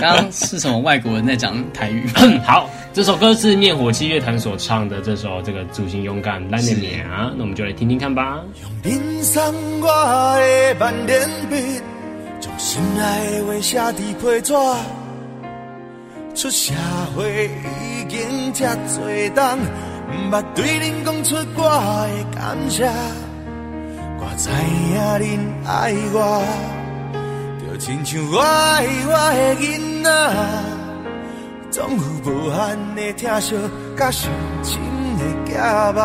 [SPEAKER 1] 刚刚是什么外国人在讲台 语？
[SPEAKER 3] 好，这首歌是灭火器乐团所唱的这首这个《祝心勇敢》，那你名，啊那我们就来听听看吧。
[SPEAKER 5] 人送我的万年笔，将心爱的话写伫批纸。出社会已经这多冬，毋捌对恁讲出我的感谢。我知影恁爱我，就亲像我爱我的囡仔，总有无限的疼惜，甲深情的寄望。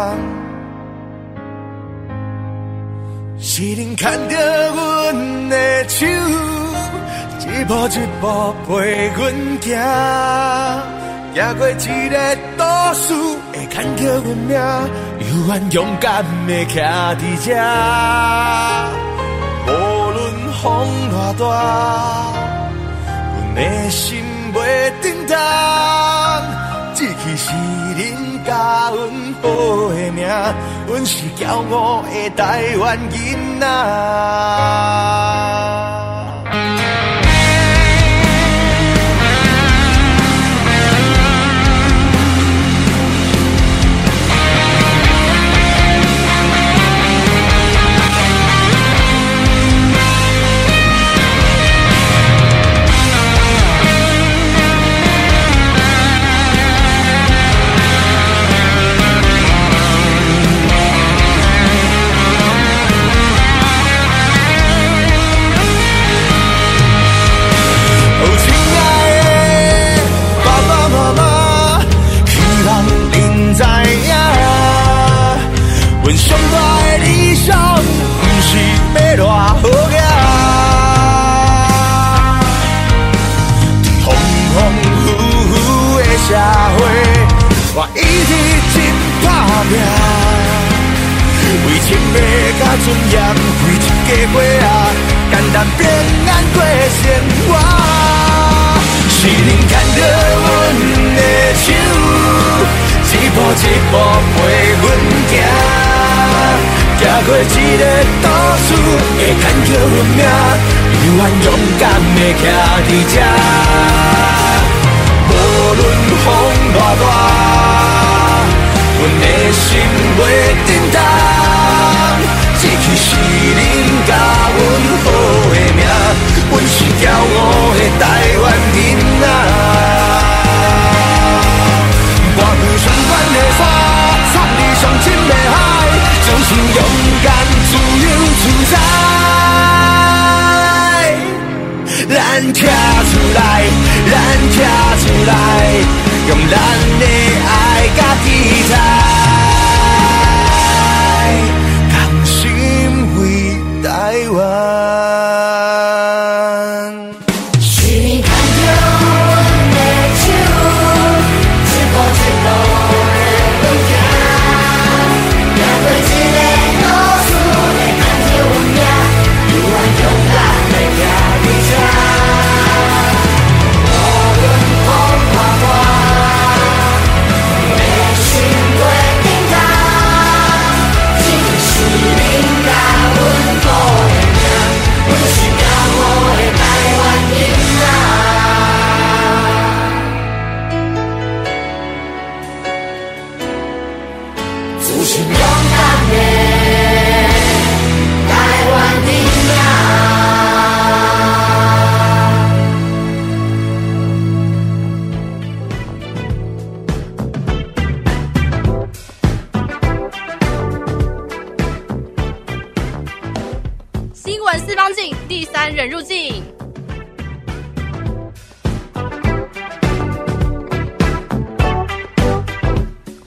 [SPEAKER 5] 是恁牵着阮的手，一步一步陪阮行，行过一个都市会牵叫阮名，犹原勇敢的徛伫遮。无论风偌大，阮的心袂震动，志气是恁教阮好的命，阮是骄傲的台湾囡仔。哦，亲爱的爸爸妈妈，希望恁知影，阮上大的理想不是要偌好个。风风雨雨的社会，我一直真打拼，为情义甲尊严，为一家伙啊，简单平安过生活。是恁牵着阮的手，一步一步陪阮行。行过一个都市，会牵着阮命，永远勇敢的徛伫遮。无论风偌大，阮的心袂震动。这去是恁教阮好的命，阮是骄傲的台湾囡仔。我有上冠的山，插你上深的海，就是勇敢自由自在。咱站出来，咱站出来，用咱的爱甲期待，同心为台湾。
[SPEAKER 6] 是你看着我的手，一步一步的往前，行过一个路数，会看着我名，永远勇敢的徛在这。无论风多大，内心袂震动，只是恁教阮好的命，阮是骄傲的台湾囡仔。自信勇敢的台湾囡仔。
[SPEAKER 7] 新闻四方镜，第三人入境。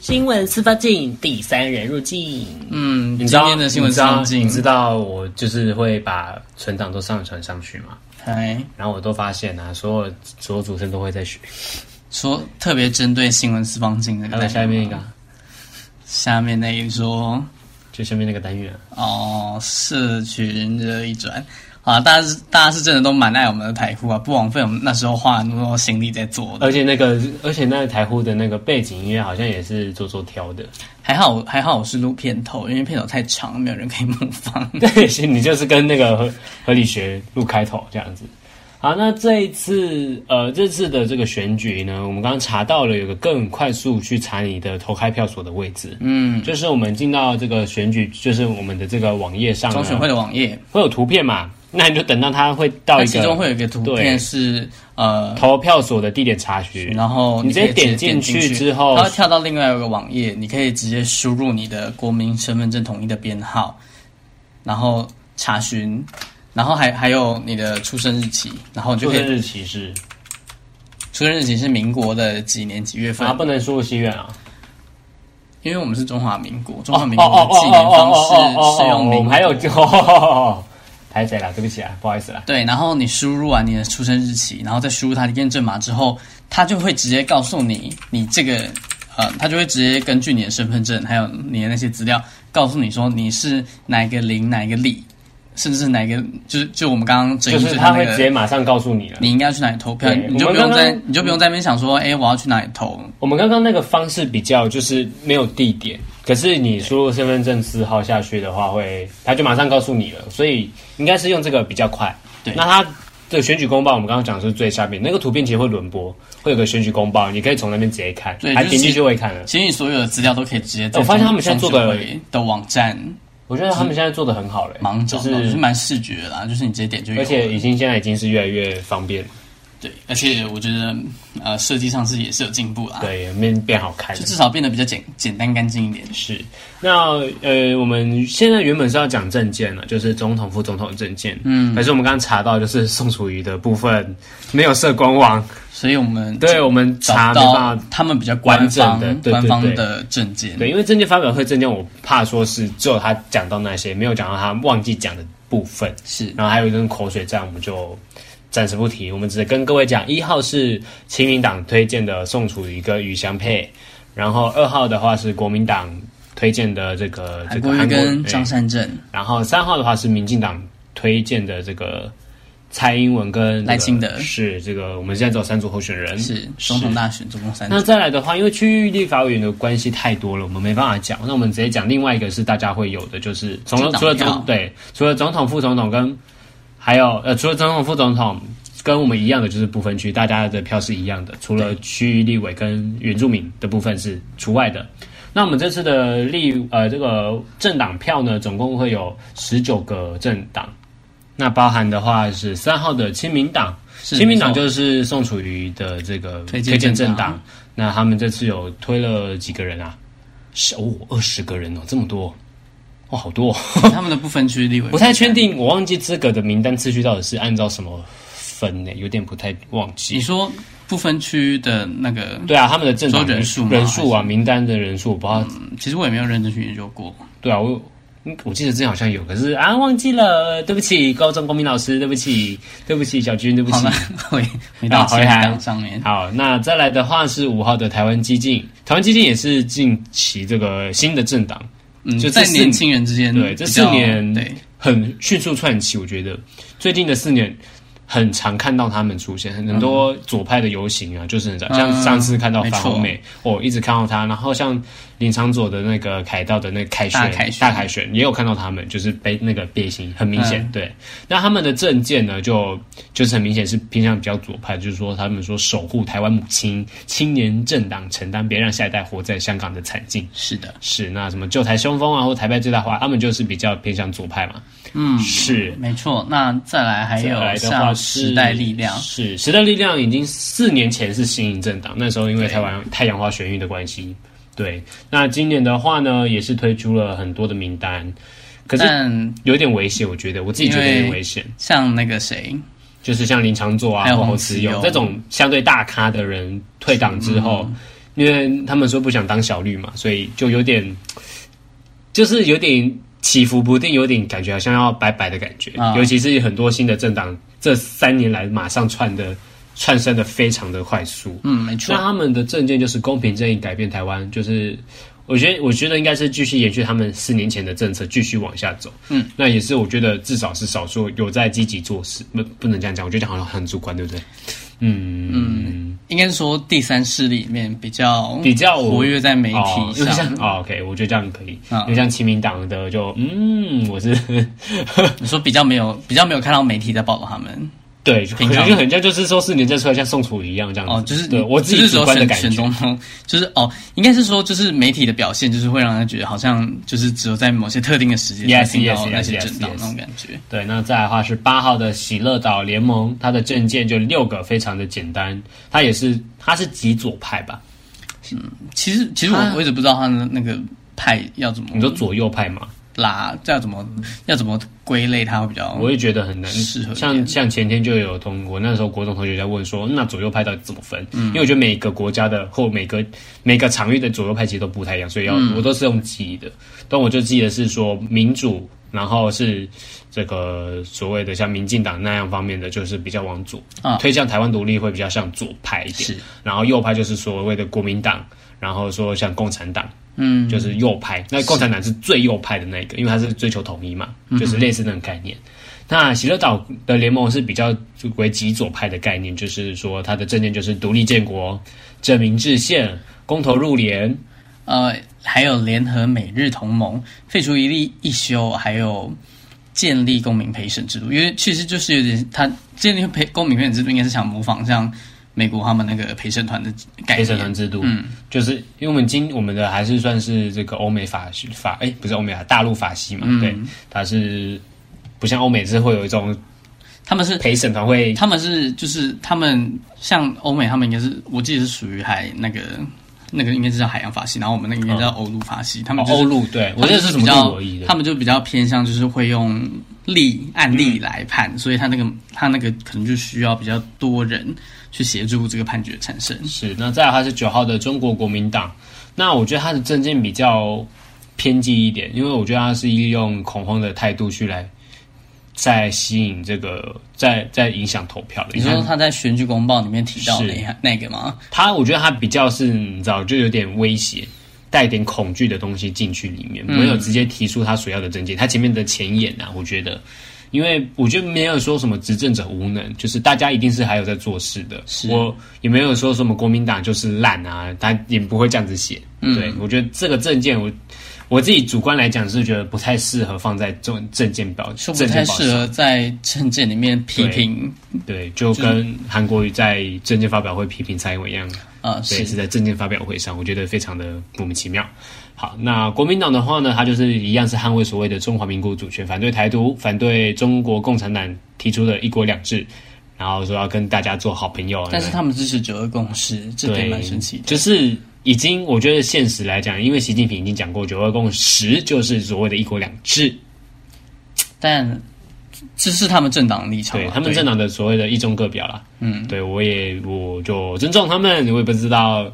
[SPEAKER 3] 新闻司法镜，第三人入境。
[SPEAKER 1] 嗯，
[SPEAKER 3] 你知道
[SPEAKER 1] 今天的新闻
[SPEAKER 3] 你知道
[SPEAKER 1] 上镜
[SPEAKER 3] 你，知道我就是会把存档都上传上去嘛？
[SPEAKER 1] 哎，
[SPEAKER 3] 然后我都发现啊，所有所有主持人都会在学。
[SPEAKER 1] 说特别针对新闻四方镜那个
[SPEAKER 3] 还有
[SPEAKER 1] 单元
[SPEAKER 3] 下面一个
[SPEAKER 1] 吗
[SPEAKER 3] 啊，
[SPEAKER 1] 下面那一说
[SPEAKER 3] 就下面那个单元啊、
[SPEAKER 1] 哦，社群热一转。啊，大家是大家是真的都蛮爱我们的台呼啊，不枉费我们那时候花很多心力在做的。
[SPEAKER 3] 而且那个，而且那个台呼的那个背景音乐好像也是周周挑的。
[SPEAKER 1] 还好我还好我是录片头，因为片头太长，没有人可以模仿。
[SPEAKER 3] 对，是你就是跟那个合 合理学录开头这样子。好，那这一次，呃，这次的这个选举呢，我们刚刚查到了有个更快速去查你的投开票所的位置，
[SPEAKER 1] 嗯，
[SPEAKER 3] 就是我们进到这个选举，就是我们的这个网页上呢，
[SPEAKER 1] 中选会的网页，
[SPEAKER 3] 会有图片嘛？那你就等到它会到
[SPEAKER 1] 它
[SPEAKER 3] 嗯一个
[SPEAKER 1] 其中会有一个图片
[SPEAKER 3] 对
[SPEAKER 1] 是呃，
[SPEAKER 3] 投票所的地点查询，
[SPEAKER 1] 然后
[SPEAKER 3] 你直接
[SPEAKER 1] 可以
[SPEAKER 3] 点
[SPEAKER 1] 进
[SPEAKER 3] 进去之后
[SPEAKER 1] 它会跳到另外一个网页，你可以直接输入你的国民身份证统一的编号，然后查询，然后还还有你的出生日期，然后你就
[SPEAKER 3] 出
[SPEAKER 1] 可以
[SPEAKER 3] 生日期是，
[SPEAKER 1] 出生日期是民国的几年几月份
[SPEAKER 3] 然后？不能输入西元啊。
[SPEAKER 1] 因为我们是中华民国，中华民国的纪念方式是用
[SPEAKER 3] 我
[SPEAKER 1] 民
[SPEAKER 3] 们
[SPEAKER 1] 国
[SPEAKER 3] 还有哦哦哦哦哦哦海仔啦，对不起啊，不好意思啦。
[SPEAKER 1] 对，然后你输入完你的出生日期，然后再输入他的验证码之后，他就会直接告诉你，你这个呃，他就会直接根据你的身份证还有你的那些资料，告诉你说你是哪一个零哪一个里，甚至是哪一个就是就我们刚刚争
[SPEAKER 3] 就
[SPEAKER 1] 议
[SPEAKER 3] 是
[SPEAKER 1] 最
[SPEAKER 3] 他
[SPEAKER 1] 后那
[SPEAKER 3] 会直接
[SPEAKER 1] 个，
[SPEAKER 3] 马上告诉你了。
[SPEAKER 1] 你应该去哪里投票，
[SPEAKER 3] 对
[SPEAKER 1] 你就
[SPEAKER 3] 我
[SPEAKER 1] 不
[SPEAKER 3] 们刚
[SPEAKER 1] 用在
[SPEAKER 3] 刚
[SPEAKER 1] 你就不用在那边想说，哎，我要去哪里投，
[SPEAKER 3] 我们刚刚那个方式比较就是没有地点，可是你输入身份证字号下去的话会，他就马上告诉你了，所以应该是用这个比较快。
[SPEAKER 1] 对
[SPEAKER 3] 那他的选举公报我们刚刚讲的是最下面那个图片，其实会轮播，会有个选举公报，你可以从那边直接看，
[SPEAKER 1] 对
[SPEAKER 3] 还
[SPEAKER 1] 就是
[SPEAKER 3] 点进去就会看了。
[SPEAKER 1] 其实你所有的资料都可以直接在
[SPEAKER 3] 我发现他们现在
[SPEAKER 1] 中
[SPEAKER 3] 做的
[SPEAKER 1] 中选会的网站
[SPEAKER 3] 我觉得他们现在做的很好了、
[SPEAKER 1] 忙找
[SPEAKER 3] 就
[SPEAKER 1] 到，就是
[SPEAKER 3] 是
[SPEAKER 1] 蛮视觉的啦，就是你直接点就有
[SPEAKER 3] 而
[SPEAKER 1] 了。
[SPEAKER 3] 且已经现在已经是越来越方便了，
[SPEAKER 1] 对，而且我觉得呃设计上是也是有进步啦，，
[SPEAKER 3] 对，变变好看了
[SPEAKER 1] 就。至少变得比较简简单干净一点。
[SPEAKER 3] 是，那呃，我们现在原本是要讲证件了，就是总统、副总统证件。嗯，可是我们刚刚查到，就是宋楚瑜的部分没有设官网，
[SPEAKER 1] 所以我们
[SPEAKER 3] 对我们查
[SPEAKER 1] 找
[SPEAKER 3] 没办
[SPEAKER 1] 到
[SPEAKER 3] 法。
[SPEAKER 1] 他们比较官方
[SPEAKER 3] 完整的对对
[SPEAKER 1] 官
[SPEAKER 3] 对
[SPEAKER 1] 方的证件，
[SPEAKER 3] 对，因为证件发表会证件，我怕说是只有他讲到那些，没有讲到他忘记讲的部分。
[SPEAKER 1] 是
[SPEAKER 3] 然后还有一顿口水战，我们就暂时不提，我们只跟各位讲，一号是亲民党推荐的宋楚瑜跟于香佩，然后二号的话是国民党推荐的这个这
[SPEAKER 1] 韩
[SPEAKER 3] 个
[SPEAKER 1] 国瑜
[SPEAKER 3] 韩国
[SPEAKER 1] 跟
[SPEAKER 3] 哎
[SPEAKER 1] 张善政、
[SPEAKER 3] 然后三号的话是民进党推荐的这个蔡英文跟这个
[SPEAKER 1] 赖清德
[SPEAKER 3] 是这个我们现在只有三组候选人
[SPEAKER 1] 是总统大选，总共三
[SPEAKER 3] 嗯那
[SPEAKER 1] 组。
[SPEAKER 3] 再来的话，因为区域立法委员的关系太多了，我们没办法讲。那我们直接讲另外一个是大家会有的，就是除了
[SPEAKER 1] 政党
[SPEAKER 3] 除了
[SPEAKER 1] 票
[SPEAKER 3] 总对除了总统、副总统跟还有呃除了总统、副总统跟我们一样的就是不分区，大家的票是一样的，除了区域立委跟原住民的部分是除外的。那我们这次的立呃这个政党票呢，总共会有十九个政党，那包含的话是三号的亲民党，
[SPEAKER 1] 是
[SPEAKER 3] 亲民党
[SPEAKER 1] 没错
[SPEAKER 3] 就是宋楚瑜的这个
[SPEAKER 1] 推荐
[SPEAKER 3] 荐政
[SPEAKER 1] 政党
[SPEAKER 3] 那他们这次有推了几个人啊？是哦，二十个人哦，这么多，哦， 好多、哦。
[SPEAKER 1] 他们的不分区立委
[SPEAKER 3] 不太确。定，我忘记资格的名单次序到底是按照什么分呢？有点不太忘
[SPEAKER 1] 你
[SPEAKER 3] 记。
[SPEAKER 1] 说不分区的那个，
[SPEAKER 3] 对啊，他们的政党
[SPEAKER 1] 说人数吗
[SPEAKER 3] 人数啊，
[SPEAKER 1] 还是嗯
[SPEAKER 3] 名单的人数，我不知道。
[SPEAKER 1] 其实我也没有认真去研究过。
[SPEAKER 3] 对啊，我嗯我记得之前好像有，可是啊忘记了，对不起，高中公民老师，对不起，对不起，小军，对不
[SPEAKER 1] 好
[SPEAKER 3] 起
[SPEAKER 1] 了。， 回啊回到
[SPEAKER 3] 啊回
[SPEAKER 1] 前
[SPEAKER 3] 来
[SPEAKER 1] 档上面。
[SPEAKER 3] 好，那再来的话是五号的台湾激进，台湾激进也是近期这个新的政党，
[SPEAKER 1] 嗯，
[SPEAKER 3] 就这
[SPEAKER 1] 在
[SPEAKER 3] 四
[SPEAKER 1] 年轻人之间比较，
[SPEAKER 3] 对，这四年
[SPEAKER 1] 对
[SPEAKER 3] 很迅速窜起，我觉得最近的四年很常看到他们出现，很很多左派的游行啊，就是很常像
[SPEAKER 1] 嗯
[SPEAKER 3] 上次看到
[SPEAKER 1] 没
[SPEAKER 3] 樊
[SPEAKER 1] 错
[SPEAKER 3] 红妹，我一直看到她，然后像林长佐的那个凯道的那个凯旋
[SPEAKER 1] 大凯旋
[SPEAKER 3] 大凯旋也有看到他们，就是背那个背心，很明显，
[SPEAKER 1] 嗯
[SPEAKER 3] 对。那他们的证件呢，就就是很明显是偏向比较左派，就是说他们说守护台湾母亲，青年政党承担，别让下一代活在香港的惨境。
[SPEAKER 1] 是的，
[SPEAKER 3] 是那什么旧台凶风啊，或台派最大化，他们就是比较偏向左派嘛。
[SPEAKER 1] 嗯，
[SPEAKER 3] 是
[SPEAKER 1] 没错。那再来还
[SPEAKER 3] 再来
[SPEAKER 1] 有
[SPEAKER 3] 的话
[SPEAKER 1] 像
[SPEAKER 3] 是
[SPEAKER 1] 时代力量，
[SPEAKER 3] 是时代力量已经四年前是新营政党，那时候因为台湾太阳花学运的关系，对。那今年的话呢，也是推出了很多的名单，可是
[SPEAKER 1] 但
[SPEAKER 3] 有点危险，我觉得我自己觉得有点危险，
[SPEAKER 1] 像那个谁，
[SPEAKER 3] 就是像林长佐
[SPEAKER 1] 还
[SPEAKER 3] 啊、
[SPEAKER 1] 有
[SPEAKER 3] 或
[SPEAKER 1] 洪
[SPEAKER 3] 侯慈
[SPEAKER 1] 慈
[SPEAKER 3] 庸
[SPEAKER 1] 庸
[SPEAKER 3] 这种相对大咖的人退党之后，
[SPEAKER 1] 嗯
[SPEAKER 3] 因为他们说不想当小绿嘛，所以就有点，就是有点起伏不定，有点感觉好像要拜拜的感觉。
[SPEAKER 1] 啊
[SPEAKER 3] 尤其是很多新的政党这三年来马上窜的窜升的非常的快速。
[SPEAKER 1] 嗯，没
[SPEAKER 3] 那
[SPEAKER 1] 错，
[SPEAKER 3] 他们的政见就是公平正义改变台湾，就是我觉得我觉得应该是继续延续他们四年前的政策，继续往下走。
[SPEAKER 1] 嗯，
[SPEAKER 3] 那也是我觉得至少是少数有在积极做事，不不能这样讲，我觉得好像很主观，对不对？嗯嗯，
[SPEAKER 1] 应该是说第三势力里面比较
[SPEAKER 3] 比较
[SPEAKER 1] 活跃在媒
[SPEAKER 3] 哦
[SPEAKER 1] 体
[SPEAKER 3] 因为像
[SPEAKER 1] 上。
[SPEAKER 3] 哦，OK，我觉得这样可以，
[SPEAKER 1] 嗯
[SPEAKER 3] 因为像亲民党的就 嗯，我是
[SPEAKER 1] 你说比较没有比较没有看到媒体在报道他们
[SPEAKER 3] 对，可
[SPEAKER 1] 平
[SPEAKER 3] 能
[SPEAKER 1] 常
[SPEAKER 3] 就很像就是说四年再出来像宋楚瑜一样这样子，
[SPEAKER 1] 哦，就是
[SPEAKER 3] 对我自
[SPEAKER 1] 就
[SPEAKER 3] 己
[SPEAKER 1] 是
[SPEAKER 3] 主
[SPEAKER 1] 说
[SPEAKER 3] 观的
[SPEAKER 1] 选
[SPEAKER 3] 感
[SPEAKER 1] 选
[SPEAKER 3] 觉
[SPEAKER 1] 总。统， 就是哦，应该是说就是媒体的表现，就是会让人觉得好像就是只有在某些特定的时间
[SPEAKER 3] Yes,
[SPEAKER 1] 才听到
[SPEAKER 3] yes,
[SPEAKER 1] 那些
[SPEAKER 3] yes,
[SPEAKER 1] 政党
[SPEAKER 3] yes.
[SPEAKER 1] 那种感觉。
[SPEAKER 3] 对，那再来的话是八号的喜乐岛联盟，它的证件就六个，非常的简单。它也是，它是极左派吧？
[SPEAKER 1] 其实其实我
[SPEAKER 3] 他
[SPEAKER 1] 我一直不知道他的那个派要怎么，
[SPEAKER 3] 你说左右派嘛？
[SPEAKER 1] 拉，这要怎么要怎么归类它会比较？
[SPEAKER 3] 我也觉得很难
[SPEAKER 1] 适合一点
[SPEAKER 3] 像像前天就有同我那时候国中同学在问说，那左右派到底怎么分？
[SPEAKER 1] 嗯
[SPEAKER 3] 因为我觉得每个国家的或每个每个场域的左右派其实都不太一样，所以要、
[SPEAKER 1] 嗯
[SPEAKER 3] 我都是用记忆的。但我就记得是说民主，然后是这个所谓的像民进党那样方面的，就是比较往左，
[SPEAKER 1] 啊
[SPEAKER 3] 推向台湾独立会比较像左派一点
[SPEAKER 1] 是。
[SPEAKER 3] 然后右派就是所谓的国民党，然后说像共产党，
[SPEAKER 1] 嗯，
[SPEAKER 3] 就是右派。那共产党是最右派的那一个，因为他是追求统一嘛，
[SPEAKER 1] 嗯
[SPEAKER 3] 就是类似那种概念。那喜乐岛的联盟是比较为极左派的概念，就是说他的政见就是独立建国、证明制宪、公投入联，
[SPEAKER 1] 呃，还有联合美日同盟，废除一例一休，还有建立公民陪审制度。因为其实就是有点，它建立陪公民陪审制度应该是想模仿像美国他们那个陪审团的概念。
[SPEAKER 3] 陪审团制度，
[SPEAKER 1] 嗯，
[SPEAKER 3] 就是因为我们今我们的还是算是这个欧美法系法，哎、不是欧美啊，大陆法系嘛，
[SPEAKER 1] 嗯
[SPEAKER 3] 对，它是不像欧美是会有一种
[SPEAKER 1] 他们是
[SPEAKER 3] 陪审团会
[SPEAKER 1] 他们是就是他们像欧美，他们应该是我记得是属于海那个那个应该是叫海洋法系，然后我们那个应该叫欧陆法系，他们就是
[SPEAKER 3] 哦欧陆，对我
[SPEAKER 1] 他们
[SPEAKER 3] 觉
[SPEAKER 1] 就
[SPEAKER 3] 得
[SPEAKER 1] 是是
[SPEAKER 3] 什
[SPEAKER 1] 比
[SPEAKER 3] 么
[SPEAKER 1] 较
[SPEAKER 3] 路而已的，
[SPEAKER 1] 他们就比较偏向就是会用例案
[SPEAKER 3] 嗯
[SPEAKER 1] 例来判，所以他那个他那个可能就需要比较多人去协助这个判决产生。
[SPEAKER 3] 是，那再来他是九号的中国国民党，那我觉得他的政见比较偏激一点，因为我觉得他是利用恐慌的态度去来在吸引这个在在影响投票的。
[SPEAKER 1] 你说
[SPEAKER 3] 看
[SPEAKER 1] 他在选举公报里面提到
[SPEAKER 3] 是
[SPEAKER 1] 那那个吗？
[SPEAKER 3] 他，我觉得他比较是你知道，就有点威胁。带一点恐惧的东西进去里面，没有直接提出他所要的政见。他前面的前言啊，我觉得，因为我觉得没有说什么执政者无能，就是大家一定是还有在做事的。
[SPEAKER 1] 是
[SPEAKER 3] 我也没有说什么国民党就是烂啊，他也不会这样子写。
[SPEAKER 1] 嗯
[SPEAKER 3] 对我觉得这个证件我。我自己主观来讲是觉得不太适合放在这种证件表，
[SPEAKER 1] 说
[SPEAKER 3] 证
[SPEAKER 1] 不太
[SPEAKER 3] 件表
[SPEAKER 1] 适合
[SPEAKER 3] 上。
[SPEAKER 1] 在政见里面批评，
[SPEAKER 3] 对，就跟韩国瑜在证件发表会批评蔡英文一样，
[SPEAKER 1] 呃，
[SPEAKER 3] 对，是
[SPEAKER 1] 是
[SPEAKER 3] 在证件发表会上，我觉得非常的莫名其妙。好，那国民党的话呢，它就是一样是捍卫所谓的中华民国主权，反对台独，反对中国共产党提出的一国两制，然后说要跟大家做好朋友。
[SPEAKER 1] 但是他们支持九二共识，这
[SPEAKER 3] 对
[SPEAKER 1] 点蛮神奇的。
[SPEAKER 3] 就是已经我觉得现实来讲，因为习近平已经讲过九二共识就是所谓的一国两制，
[SPEAKER 1] 但这是他们政党的立场嘛，
[SPEAKER 3] 对他们政党的所谓的一中各表啦。嗯，对我也我就尊重他们，我也不知道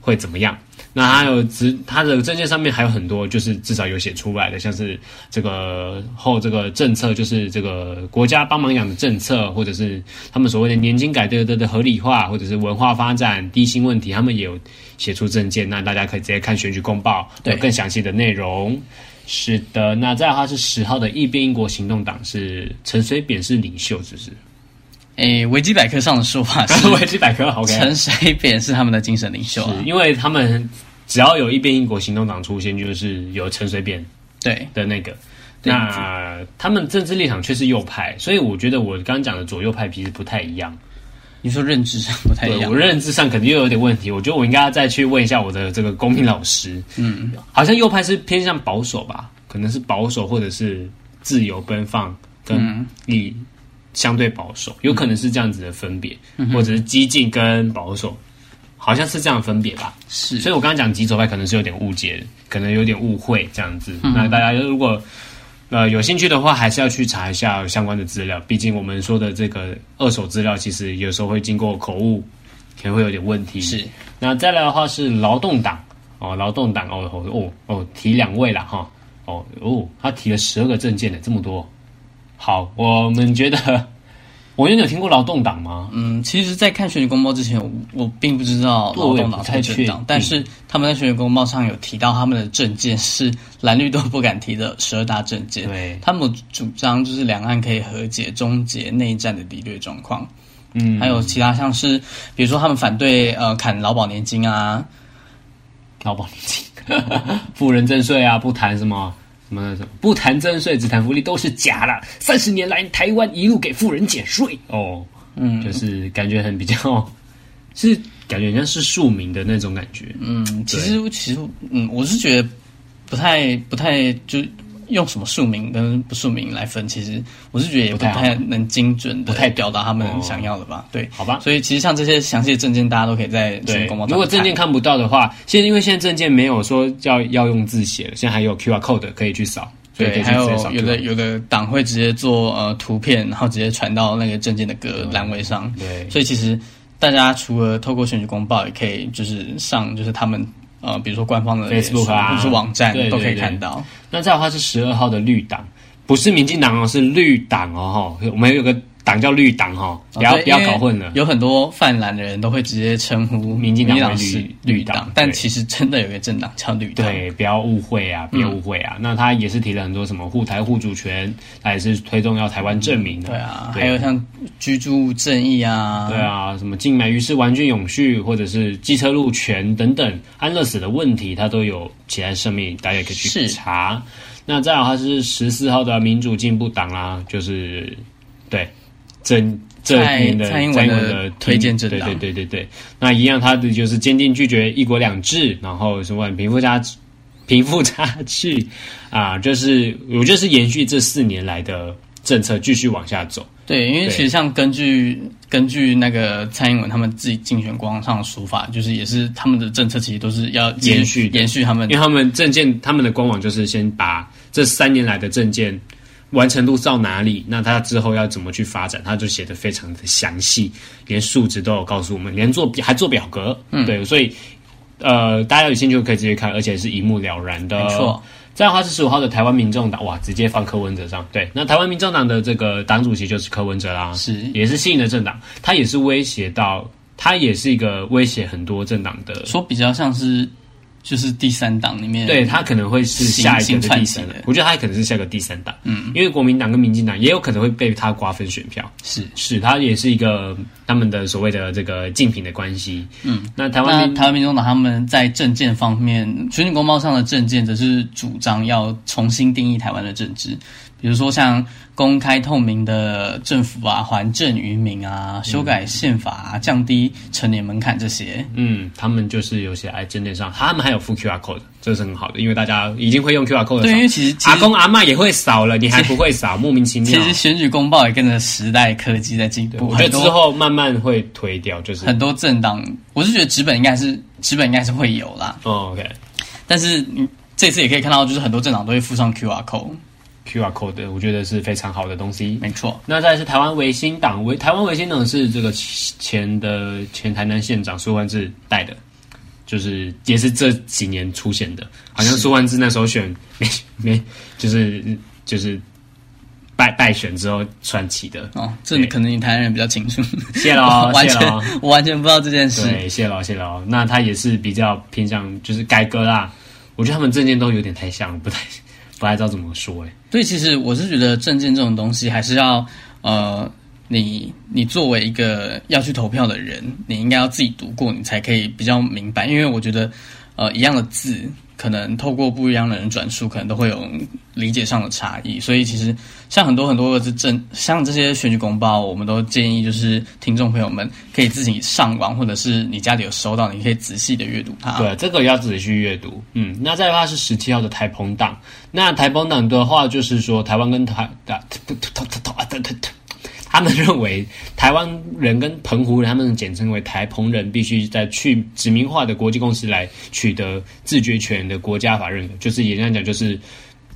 [SPEAKER 3] 会怎么样。那还有执他的证件上面还有很多，就是至少有写出来的，像是这个后这个政策，就是这个国家帮忙养的政策，或者是他们所谓的年金改对对的合理化，或者是文化发展、低薪问题，他们也有写出证件。那大家可以直接看选举公报，
[SPEAKER 1] 对
[SPEAKER 3] 有更详细的内容。是的，那再来的话是十号的异变英国行动党是陈水扁是领袖，是不是？
[SPEAKER 1] 诶，维基百科上的说法
[SPEAKER 3] 维
[SPEAKER 1] 是
[SPEAKER 3] 基百科 OK，
[SPEAKER 1] 陈水扁是他们的精神领袖啊
[SPEAKER 3] 是，因为他们只要有异变英国行动党出现，就是有陈水扁
[SPEAKER 1] 对，
[SPEAKER 3] 的那个。
[SPEAKER 1] 对
[SPEAKER 3] 那他们政治立场却是右派，所以我觉得我刚刚讲的左右派其实不太一样。
[SPEAKER 1] 你说认知上不太一
[SPEAKER 3] 对
[SPEAKER 1] 样，
[SPEAKER 3] 我认知上肯定又有点问题，我觉得我应该再去问一下我的这个公民老师。嗯，好像右派是偏向保守吧，可能是保守或者是自由奔放
[SPEAKER 1] 嗯
[SPEAKER 3] 跟你相对保守，有可能是这样子的分别，
[SPEAKER 1] 嗯
[SPEAKER 3] 或者是激进跟保守，好像是这样的分别吧。
[SPEAKER 1] 是，
[SPEAKER 3] 所以我刚刚讲极左派可能是有点误解的，可能有点误会这样子。
[SPEAKER 1] 嗯
[SPEAKER 3] 那大家如果呃有兴趣的话，还是要去查一下相关的资料，毕竟我们说的这个二手资料，其实有时候会经过口误，可能会有点问题。
[SPEAKER 1] 是，
[SPEAKER 3] 那再来的话是劳动党哦，劳动党哦哦哦哦，提两位了哈哦哦，他提了十二个证件呢，这么多。好，我们觉得， 我觉得你有听过劳动党吗？
[SPEAKER 1] 嗯，其实，在看选举公报之前，我我并不知道劳动党在政
[SPEAKER 3] 对我也不太确定嗯
[SPEAKER 1] 党，但是他们在选举公报上有提到他们的政见 是蓝绿都不敢提的十二大政见，
[SPEAKER 3] 对
[SPEAKER 1] 他们主张就是两岸可以和解，终结内战的敌对状况，
[SPEAKER 3] 嗯，
[SPEAKER 1] 还有其他像是比如说他们反对呃砍劳保年金啊，
[SPEAKER 3] 劳保年金、富人征税啊，不谈什么什么什么，不谈征税，只谈福利都是假的。三十年来，台湾一路给富人减税哦，
[SPEAKER 1] 嗯
[SPEAKER 3] 就是感觉很比较，是感觉很像是庶民的那种感觉。
[SPEAKER 1] 嗯，其实其实嗯，我是觉得不太不太就。用什么庶民跟不庶民来分，其实我是觉得也不
[SPEAKER 3] 不太好
[SPEAKER 1] 太能精准的
[SPEAKER 3] 不太
[SPEAKER 1] 表达他们
[SPEAKER 3] 哦
[SPEAKER 1] 想要的吧。对，
[SPEAKER 3] 好吧，
[SPEAKER 1] 所以其实像这些详细的证件，大家都可以在这个
[SPEAKER 3] 对
[SPEAKER 1] 公报，上
[SPEAKER 3] 如果证件看不到的话，现在因为现在证件没有说要要用字写了，现在还有 QR code 可以去扫。所以可以
[SPEAKER 1] 对，
[SPEAKER 3] 去
[SPEAKER 1] 还有
[SPEAKER 3] 直接扫
[SPEAKER 1] 有
[SPEAKER 3] 就
[SPEAKER 1] 的
[SPEAKER 3] 好
[SPEAKER 1] 有的党会直接做呃图片，然后直接传到那个证件的格栏位上。
[SPEAKER 3] 嗯对
[SPEAKER 1] 所以其实大家除了透过选举公报，也可以就是上就是他们呃，比如说官方的
[SPEAKER 3] Facebook 啊
[SPEAKER 1] 或者是网站
[SPEAKER 3] 对对
[SPEAKER 1] 都可以
[SPEAKER 3] 对
[SPEAKER 1] 看到。
[SPEAKER 3] 那再的话是十二号的绿党，不是民进党哦，是绿党哦吼，我们有个党叫绿党哦，不要、
[SPEAKER 1] 对
[SPEAKER 3] 不要
[SPEAKER 1] 因为
[SPEAKER 3] 搞混了。
[SPEAKER 1] 有很多泛蓝的人都会直接称呼
[SPEAKER 3] 民进党
[SPEAKER 1] 党
[SPEAKER 3] 为绿
[SPEAKER 1] 是
[SPEAKER 3] 绿
[SPEAKER 1] 绿
[SPEAKER 3] 党
[SPEAKER 1] 党，但
[SPEAKER 3] 对
[SPEAKER 1] 其实真的有一个政党叫绿党。
[SPEAKER 3] 对，不要误会啊，
[SPEAKER 1] 嗯
[SPEAKER 3] 别误会啊。那他也是提了很多什么护台护主权，他也是推动要台湾证明的。
[SPEAKER 1] 对啊，
[SPEAKER 3] 对
[SPEAKER 1] 还有像居住正义啊，
[SPEAKER 3] 对啊，什么禁买鱼是玩具永续，或者是机车路权等等，安乐死的问题，它都有写在上面，大家也可以去
[SPEAKER 1] 是
[SPEAKER 3] 查。那再有，它是十四号的民主进步党啦、就是对整这
[SPEAKER 1] 蔡
[SPEAKER 3] 边的
[SPEAKER 1] 蔡英文的推荐政党
[SPEAKER 3] 对对对对对。那一样，它的就是坚定拒绝一国两制，然后什么贫富差贫富差距啊，就是我觉得是延续这四年来的政策继续往下走。
[SPEAKER 1] 对，因为
[SPEAKER 3] 对
[SPEAKER 1] 其实像根据根据那个蔡英文他们自己竞选官上的说法，就是也是他们的政策其实都是要继续
[SPEAKER 3] 延续的
[SPEAKER 1] 延续他们
[SPEAKER 3] 因为他们证件他们的官网就是先把这三年来的证件完成度到哪里，那他之后要怎么去发展，他就写的非常的详细，连数值都有告诉我们，连做表还做表格，嗯、对，所以呃，大家有兴趣可以直接看，而且是一目了然的，
[SPEAKER 1] 没错。
[SPEAKER 3] 再的话是十五号的台湾民众党，哇，直接放柯文哲上。对，那台湾民众党的这个党主席就是柯文哲啦，
[SPEAKER 1] 是
[SPEAKER 3] 也是新的政党，他也是威胁到，他也是一个威胁很多政党的
[SPEAKER 1] 说比较像是就是第三党里面
[SPEAKER 3] 对他可能会是下一个的第
[SPEAKER 1] 新新
[SPEAKER 3] 三党
[SPEAKER 1] 窜起的，
[SPEAKER 3] 我觉得他可能是下一个第三党，
[SPEAKER 1] 嗯，
[SPEAKER 3] 因为国民党跟民进党也有可能会被他瓜分选票，
[SPEAKER 1] 是。
[SPEAKER 3] 是他也是一个他们的所谓的这个竞品的关系，嗯，那台湾
[SPEAKER 1] 那
[SPEAKER 3] 民
[SPEAKER 1] 台湾民众党他们在政见方面，选举公报上的政见则是主张要重新定义台湾的政治，比如说像公开透明的政府啊、还政于民啊、修改宪法啊、降低成年门槛这些。
[SPEAKER 3] 嗯，他们就是有些哎，真的上，他们还有附 QR code，这是很好的，因为大家已经会用 QR code 了，
[SPEAKER 1] 对，因为其实其实
[SPEAKER 3] 阿公阿嬷也会扫了，你还不会扫，莫名其
[SPEAKER 1] 其
[SPEAKER 3] 妙。
[SPEAKER 1] 实选举公报也跟着时代科技在进
[SPEAKER 3] 对
[SPEAKER 1] 步，
[SPEAKER 3] 我觉得
[SPEAKER 1] 很
[SPEAKER 3] 之
[SPEAKER 1] 多
[SPEAKER 3] 后慢慢会推掉，就是
[SPEAKER 1] 很多政党，我是觉得纸本应该是纸本应该是会有啦，
[SPEAKER 3] 哦，OK。
[SPEAKER 1] 但是你这次也可以看到，就是很多政党都会附上 QR code，
[SPEAKER 3] QR code，我觉得是非常好的东西。
[SPEAKER 1] 没错，
[SPEAKER 3] 那再来是台湾维新党，维台湾维新党是这个前的前台南县长苏焕智带的，就是也是这几年出现的，好像苏焕智那时候选没没就是就是败败选之后串起的，
[SPEAKER 1] 哦，这
[SPEAKER 3] 对
[SPEAKER 1] 可能你台湾人比较清楚，
[SPEAKER 3] 谢喽
[SPEAKER 1] 完
[SPEAKER 3] 谢
[SPEAKER 1] 全
[SPEAKER 3] 喽。
[SPEAKER 1] 我完全不知道这件事，
[SPEAKER 3] 对，谢喽谢喽。那他也是比较偏向就是改革啦，我觉得他们证件都有点太像，不太不太知道怎么说哎、
[SPEAKER 1] 所以其实我是觉得证件这种东西还是要呃。你你作为一个要去投票的人，你应该要自己读过，你才可以比较明白。因为我觉得，呃，一样的字，可能透过不一样的人转述，可能都会有理解上的差异。所以其实像很多很多的这政，像这些选举公报，我们都建议就是听众朋友们可以自己上网，或者是你家里有收到，你可以仔细的阅读它。
[SPEAKER 3] 对，这个要仔细去阅读。嗯，那再的话是十七号的台澎党。那台澎党的话，就是说台湾跟台啊， 他们认为台湾人跟澎湖人，他们简称为台澎人，必须在去殖民化的国际共识来取得自决权的国家法认可，就是简单讲就是。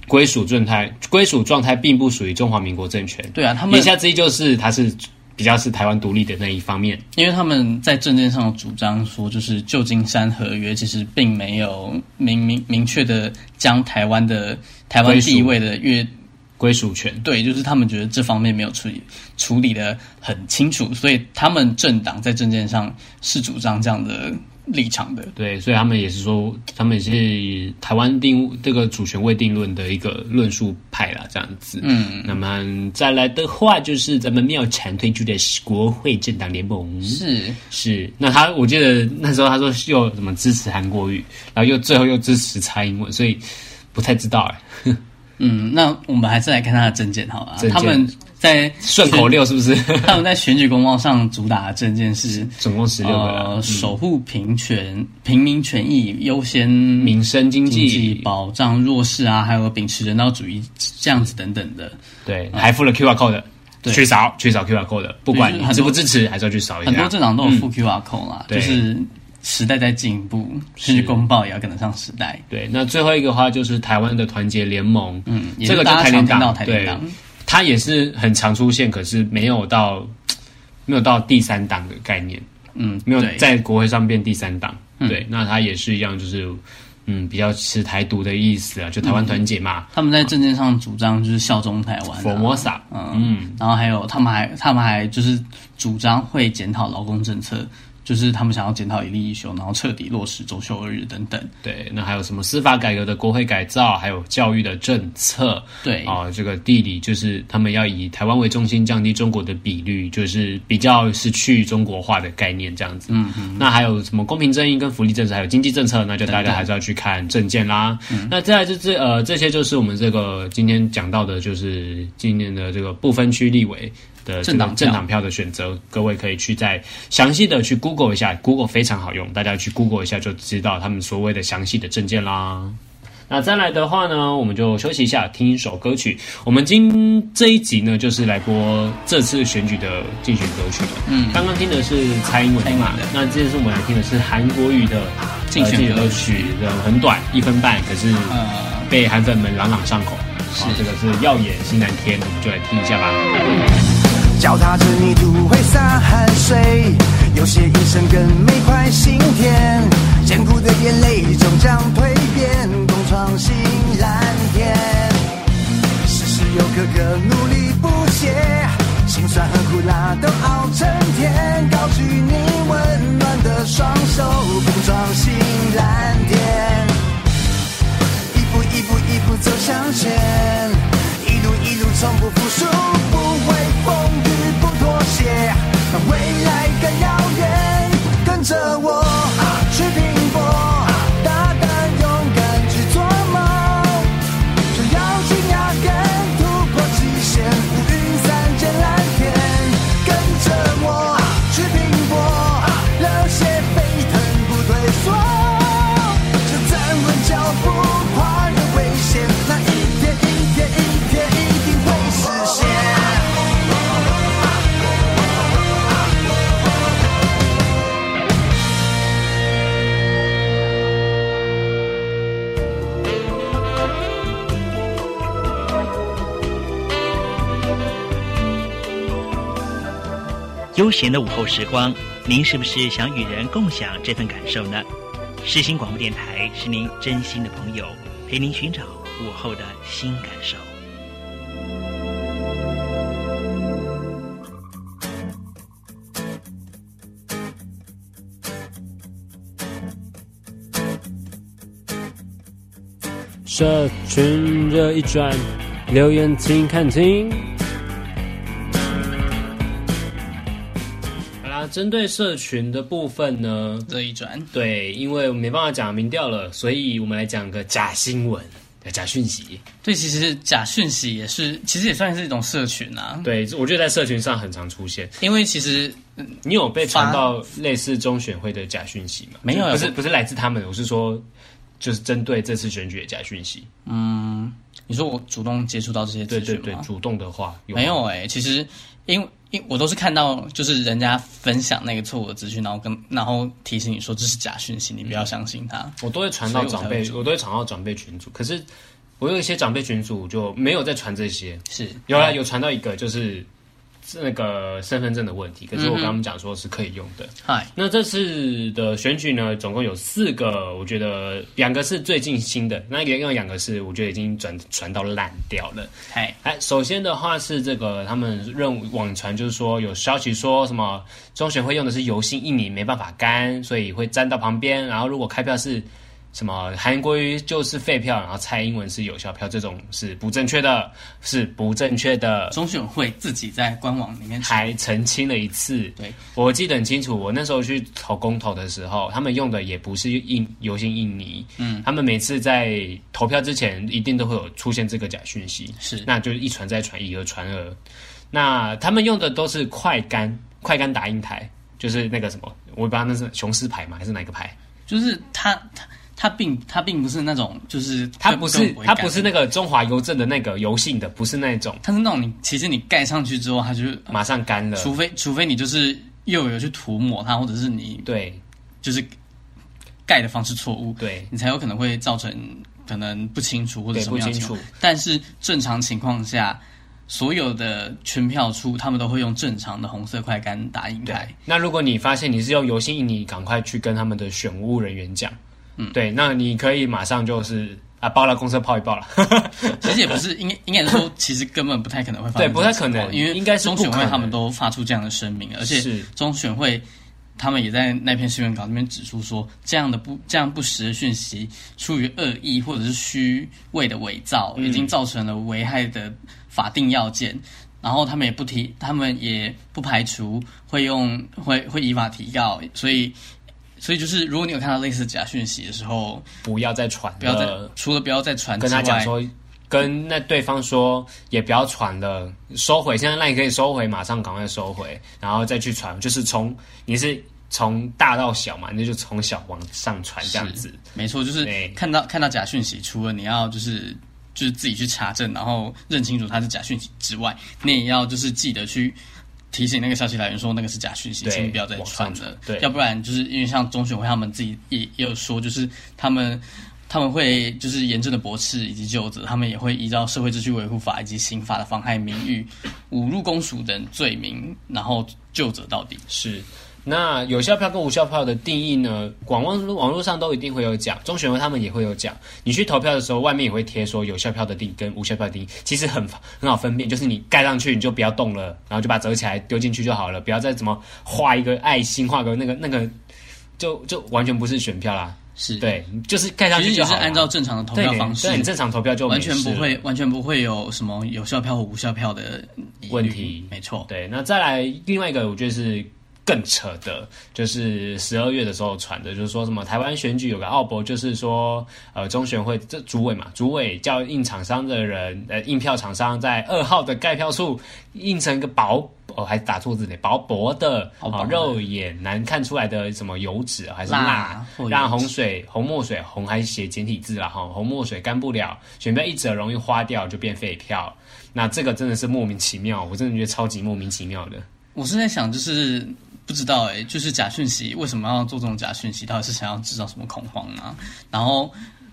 [SPEAKER 3] 归属状态，归属状态并不属于中华民国政权。
[SPEAKER 1] 对啊，他们
[SPEAKER 3] 言下之意就是，它是比较是台湾独立的那一方面。
[SPEAKER 1] 因为他们在政见上有主张说，就是旧金山合约其实并没有明明明确的将台湾的台湾
[SPEAKER 3] 归属
[SPEAKER 1] 地位的越
[SPEAKER 3] 归属权。
[SPEAKER 1] 对，就是他们觉得这方面没有处理处理的很清楚，所以他们政党在政见上是主张这样的立场的。
[SPEAKER 3] 对，所以他们也是说，他们也是台湾定这个主权未定论的一个论述派啦，这样子。嗯，那么再来的话，就是咱们妙禅推出的国会政党联盟
[SPEAKER 1] 是，
[SPEAKER 3] 是，那他我记得那时候他说又什么支持韩国瑜，然后又最后又支持蔡英文，所以不太知道哎、
[SPEAKER 1] 嗯，那我们还是来看他的政见好了
[SPEAKER 3] 政。见
[SPEAKER 1] 他们在
[SPEAKER 3] 顺口溜是不是？
[SPEAKER 1] 他们在选举公报上主打的政见是。嗯
[SPEAKER 3] 总共十六个啦、
[SPEAKER 1] 呃，守护平权、平民权益，优先
[SPEAKER 3] 民生经
[SPEAKER 1] 经
[SPEAKER 3] 济
[SPEAKER 1] 济哦保障弱势啊，还有秉持人道主义这样子等等的，
[SPEAKER 3] 对，还附了 QR code，
[SPEAKER 1] 对
[SPEAKER 3] 去扫去扫 QR code，不管
[SPEAKER 1] 就是
[SPEAKER 3] 你
[SPEAKER 1] 很
[SPEAKER 3] 支不
[SPEAKER 1] 多
[SPEAKER 3] 支持，还是要去扫一下。
[SPEAKER 1] 很多政党都有附 QR code 啦，
[SPEAKER 3] 嗯对
[SPEAKER 1] 就是时代在进步，甚至公报也要跟得上时代。
[SPEAKER 3] 对，那最后一个的话就是台湾的团结联盟，
[SPEAKER 1] 嗯，也
[SPEAKER 3] 这
[SPEAKER 1] 是
[SPEAKER 3] 个就
[SPEAKER 1] 大家
[SPEAKER 3] 台
[SPEAKER 1] 常
[SPEAKER 3] 联
[SPEAKER 1] 听到
[SPEAKER 3] 党，
[SPEAKER 1] 台联
[SPEAKER 3] 对
[SPEAKER 1] 党，
[SPEAKER 3] 它也是很常出现，可是没有到没有到第三党的概念，
[SPEAKER 1] 嗯，
[SPEAKER 3] 没有
[SPEAKER 1] 对
[SPEAKER 3] 在国会上变第三党。
[SPEAKER 1] 嗯
[SPEAKER 3] 对，那它也是一样，就是嗯，比较是台独的意思啊，就台湾团结嘛，
[SPEAKER 1] 他们在政见上主张就是效忠台湾、啊，
[SPEAKER 3] 佛摩萨，
[SPEAKER 1] 嗯，然后还有他们还他们还就是主张会检讨劳工政策，就是他们想要检讨一例一休，然后彻底落实周休二日等等。
[SPEAKER 3] 对，那还有什么司法改革的国会改造，还有教育的政策，
[SPEAKER 1] 对
[SPEAKER 3] 啊、这个地理就是他们要以台湾为中心，降低中国的比率，就是比较是去中国化的概念这样子。嗯嗯。那还有什么公平正义跟福利政策，还有经济政策，那就大
[SPEAKER 1] 等等
[SPEAKER 3] 家还是要去看证件啦。
[SPEAKER 1] 嗯
[SPEAKER 3] 那再来就是呃，这些就是我们这个今天讲到的，就是今年的这个不分区立委。的这
[SPEAKER 1] 政
[SPEAKER 3] 个
[SPEAKER 1] 党票
[SPEAKER 3] 政党票的选择，各位可以去再详细的去 Google 一下，Google 非常好用，大家去 Google 一下就知道他们所谓的详细的证件啦。那再来的话呢，我们就休息一下，听一首歌曲。我们今这一集呢，就是来播这次选举的竞选歌曲了。嗯，刚刚听的是蔡英文的
[SPEAKER 1] 蔡
[SPEAKER 3] 嘛
[SPEAKER 1] 英文的，
[SPEAKER 3] 那这次我们来听的是韩国语的呃
[SPEAKER 1] 竞选歌
[SPEAKER 3] 歌曲，呃很短，一分半，可是
[SPEAKER 1] 呃，
[SPEAKER 3] 被韩粉们朗朗上口。嗯是这个是耀眼新蓝天，我们就来听一下吧。
[SPEAKER 5] 脚踏着泥土会洒汗水，有些医生更没块心田，艰苦的眼泪终将蜕变，共创新蓝天。时时有刻刻努力不懈，辛酸和苦辣都熬成甜，高举你温暖的双手，共创新蓝天。一步一步一步走向前，一路一路从不服输，不畏风雨不妥协，未来更遥远，跟着我去拼搏，大胆勇敢去做梦。就咬紧牙根，突破极限，乌云散见蓝天。跟着我啊去拼搏，啊热血沸腾不退缩。就站稳脚步，跨越危险，那一天一天一天一定会实现。
[SPEAKER 8] 悠闲的午后时光，您是不是想与人共享这份感受呢？世新广播电台是您真心的朋友，陪您寻找午后的新感受。
[SPEAKER 3] 社群热一转，留言请看清。好啦，针对社群的部分呢，
[SPEAKER 1] 这一转，
[SPEAKER 3] 对，因为我们没办法讲民调了，所以我们来讲个假新闻、假讯息。
[SPEAKER 1] 对，其实假讯息也是，其实也算是一种社群啊，
[SPEAKER 3] 对，我觉得在社群上很常出现。
[SPEAKER 1] 因为其实嗯
[SPEAKER 3] 你有被传到类似中选会的假讯息吗？
[SPEAKER 1] 没有
[SPEAKER 3] 就不是
[SPEAKER 1] 我
[SPEAKER 3] 不是来自他们，我是说，就是针对这次选举的假讯息。
[SPEAKER 1] 嗯，你说我主动接触到这些
[SPEAKER 3] 对
[SPEAKER 1] 资讯
[SPEAKER 3] 对
[SPEAKER 1] 吗？
[SPEAKER 3] 对，主动的话有
[SPEAKER 1] 哦
[SPEAKER 3] 吗啊
[SPEAKER 1] 没有哎、其实因因我都是看到就是人家分享那个错误的资讯，然后跟然后提醒你说这是假讯息，你
[SPEAKER 3] 嗯
[SPEAKER 1] 不要相信它。
[SPEAKER 3] 我都会传到
[SPEAKER 1] 所以我
[SPEAKER 3] 长
[SPEAKER 1] 才
[SPEAKER 3] 辈
[SPEAKER 1] 会，
[SPEAKER 3] 我都会传到长辈群组。可是我有一些长辈群组就没有在传这些，
[SPEAKER 1] 是
[SPEAKER 3] 有啊，有传到一个就是是那个身份证的问题，可是我跟他们讲说是可以用的。
[SPEAKER 1] 嗯嗨，
[SPEAKER 3] 那这次的选举呢，总共有四个，我觉得两个是最近新的，那另外两个是我觉得已经转传到烂掉了。
[SPEAKER 1] 嗨，
[SPEAKER 3] 哎，首先的话是这个，他们认网传就是说有消息说什么中选会用的是油性印泥，没办法干，所以会粘到旁边。然后如果开票是什么韩国瑜就是废票，然后蔡英文是有效票，这种是不正确的，是不正确的。
[SPEAKER 1] 中选会自己在官网里面
[SPEAKER 3] 还澄清了一次，
[SPEAKER 1] 对
[SPEAKER 3] 我记得很清楚。我那时候去投公投的时候，他们用的也不是印油性印泥，嗯，他们每次在投票之前一定都会有出现这个假讯息，
[SPEAKER 1] 是
[SPEAKER 3] 那就是一传再传，以讹传讹。那他们用的都是快干快干打印台，就是那个什么，我也不知道那是雄狮牌吗，还是哪个牌？
[SPEAKER 1] 就是他他他并他并不是那种就是
[SPEAKER 3] 它不是它不是那
[SPEAKER 1] 个，
[SPEAKER 3] 个中华邮政的那个邮信的，不是那种
[SPEAKER 1] 他是那种你其实你盖上去之后，它就是
[SPEAKER 3] 马上干了。
[SPEAKER 1] 除非除非你就是又有去涂抹它，或者是你
[SPEAKER 3] 对，
[SPEAKER 1] 就是盖的方式错误，
[SPEAKER 3] 对
[SPEAKER 1] 你才有可能会造成可能不清楚或者
[SPEAKER 3] 对
[SPEAKER 1] 什么样的
[SPEAKER 3] 不
[SPEAKER 1] 情
[SPEAKER 3] 清
[SPEAKER 1] 况
[SPEAKER 3] 楚。
[SPEAKER 1] 但是正常情况下，所有的全票处他们都会用正常的红色快杆打印开。
[SPEAKER 3] 那如果你发现你是用油性印，你赶快去跟他们的选务人员讲，嗯，对，那你可以马上就是啊，包了公司泡一泡了，
[SPEAKER 1] 其实也不是，应该应该是说，其实根本不太可能会发生
[SPEAKER 3] 对不太
[SPEAKER 1] 这种情况
[SPEAKER 3] 可能
[SPEAKER 1] 因为
[SPEAKER 3] 应该是
[SPEAKER 1] 中
[SPEAKER 3] 不可
[SPEAKER 1] 选
[SPEAKER 3] 能
[SPEAKER 1] 会他们都发出这样的声明，而且
[SPEAKER 3] 是
[SPEAKER 1] 中选会他们也在那篇新闻稿里面指出说，这样的不这样不实的讯息出于恶意或者是虚伪的伪造，
[SPEAKER 3] 嗯
[SPEAKER 1] 已经造成了危害的法定要件。然后他们也不提，他们也不排除会用会会依法提告，所以所以就是如果你有看到类似假讯息的时候，
[SPEAKER 3] 不要再传了，
[SPEAKER 1] 不要再、除了不要再传之
[SPEAKER 3] 呃跟
[SPEAKER 1] 外，
[SPEAKER 3] 他讲说，跟那对方说也不要传了，收回。现在那你可以收回，马上赶快收回，然后再去传，就是从你是从大到小嘛，那就从小往上传这样子。
[SPEAKER 1] 没错，就是
[SPEAKER 3] 对
[SPEAKER 1] 看到看到假讯息，除了你要就是就是自己去查证，然后认清楚它是假讯息之外，你也要就是记得去提醒那个消息来源说那个是假讯息，
[SPEAKER 3] 对
[SPEAKER 1] 请你不要再传
[SPEAKER 3] 往上传
[SPEAKER 1] 了。
[SPEAKER 3] 对
[SPEAKER 1] 要不然就是因为像中选会他们自己也也有说，就是他们。他们会就是严正的驳斥以及纠责，他们也会依照社会秩序维护法以及刑法的妨害名誉、侮辱公署等罪名，然后纠责到底。
[SPEAKER 3] 是。那有效票跟无效票的定义呢？广网络网络上都一定会有讲，中选会他们也会有讲。你去投票的时候，外面也会贴说有效票的定义跟无效票的定义，其实很很好分辨，就是你盖上去你就不要动了，然后就把它折起来丢进去就好了，不要再怎么画一个爱心，画个那个那个，就就完全不是选票啦。
[SPEAKER 1] 是，
[SPEAKER 3] 对，就是盖上
[SPEAKER 1] 其
[SPEAKER 3] 去
[SPEAKER 1] 实也
[SPEAKER 3] 就是好啦
[SPEAKER 1] 按照正常的投
[SPEAKER 3] 对
[SPEAKER 1] 票
[SPEAKER 3] 你
[SPEAKER 1] 方式，
[SPEAKER 3] 对你正常投票就
[SPEAKER 1] 完
[SPEAKER 3] 没
[SPEAKER 1] 全
[SPEAKER 3] 事
[SPEAKER 1] 不
[SPEAKER 3] 了
[SPEAKER 1] 会，完全不会有什么有效票或无效票的疑虑
[SPEAKER 3] 问题
[SPEAKER 1] 没错，
[SPEAKER 3] 对，那再来另外一个，我觉得是更扯的，就是十二月的时候传的，就是说什么台湾选举有个奥博，就是说呃中选会这主委嘛，主委叫印厂商的人，呃印票厂商在二号的盖票处印成一个薄。哦，还打错字呢，薄薄的，
[SPEAKER 1] 好薄
[SPEAKER 3] 哦
[SPEAKER 1] 的
[SPEAKER 3] 肉眼难看出来的什么油脂啊还是
[SPEAKER 1] 蜡
[SPEAKER 3] 蜡
[SPEAKER 1] 或油，
[SPEAKER 3] 让
[SPEAKER 1] 脂
[SPEAKER 3] 红水、红墨水、红还写简体字啦哈，红墨水干不了，选票一折容易花掉，就变废票。那这个真的是莫名其妙，我真的觉得超级莫名其妙的。
[SPEAKER 1] 我是在想，就是不知道哎、就是假讯息为什么要做这种假讯息？到底是想要制造什么恐慌啊？然后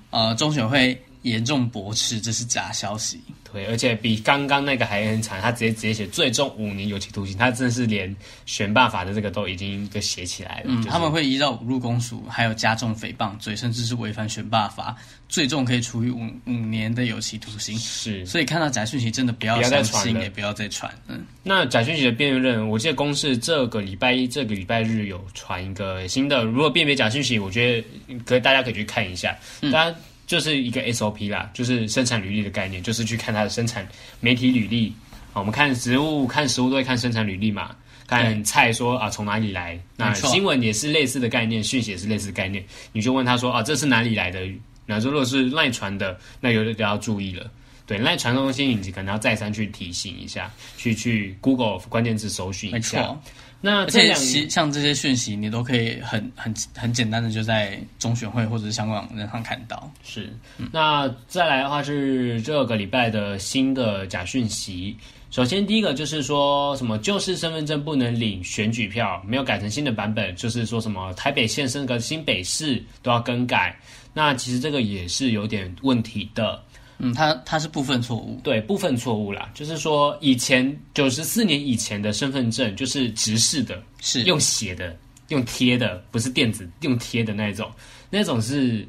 [SPEAKER 1] 呃，中选会严重驳斥这是假消息，
[SPEAKER 3] 对，而且比刚刚那个还很惨，他直接直接写最终五年有期徒刑，他真的是连选办法的这个都已经就写起来了。
[SPEAKER 1] 嗯，
[SPEAKER 3] 就是
[SPEAKER 1] 他们会依照侮辱公署，还有加重诽谤罪，甚至是违反选罢法，最重可以处以五五年的有期徒刑。
[SPEAKER 3] 是
[SPEAKER 1] 所以看到假讯息，真的不要
[SPEAKER 3] 不要再
[SPEAKER 1] 相
[SPEAKER 3] 传
[SPEAKER 1] 信，
[SPEAKER 3] 了
[SPEAKER 1] 也不要再传。嗯，
[SPEAKER 3] 那贾勋喜的辩论，我记得公示这个礼拜一、这个礼拜日有传一个新的，如果辨别假讯息，我觉得可以大家可以去看一下，
[SPEAKER 1] 嗯
[SPEAKER 3] 大家就是一个 SOP 啦，就是生产履历的概念，就是去看它的生产媒体履历。好，我们看食物，看食物都会看生产履历嘛，看菜说啊从哪里来，那
[SPEAKER 1] 没错
[SPEAKER 3] 新闻也是类似的概念，讯息也是类似的概念，你就问他说啊这是哪里来的？那如果是赖传的，那有的就要注意了。对，那传送信你可能要再三去提醒一下，去去 Google 关键字搜寻
[SPEAKER 1] 没
[SPEAKER 3] 一
[SPEAKER 1] 错
[SPEAKER 3] 下。。那
[SPEAKER 1] 而
[SPEAKER 3] 这
[SPEAKER 1] 且
[SPEAKER 3] 两
[SPEAKER 1] 其像这些讯息，你都可以很很很简单的就在中选会或者是相关网站上看到。
[SPEAKER 3] 是，那再来的话是这个礼拜的新的假讯息。首先第一个就是说什么旧式身份证不能领选举票，没有改成新的版本，就是说什么台北县升格新北市都要更改。那其实这个也是有点问题的。
[SPEAKER 1] 嗯，它它是部分错误，
[SPEAKER 3] 对部分错误啦，就是说以前九十四年以前的身份证就是直视的，
[SPEAKER 1] 是
[SPEAKER 3] 用写的、用贴的，不是电子用贴的那一种，那种是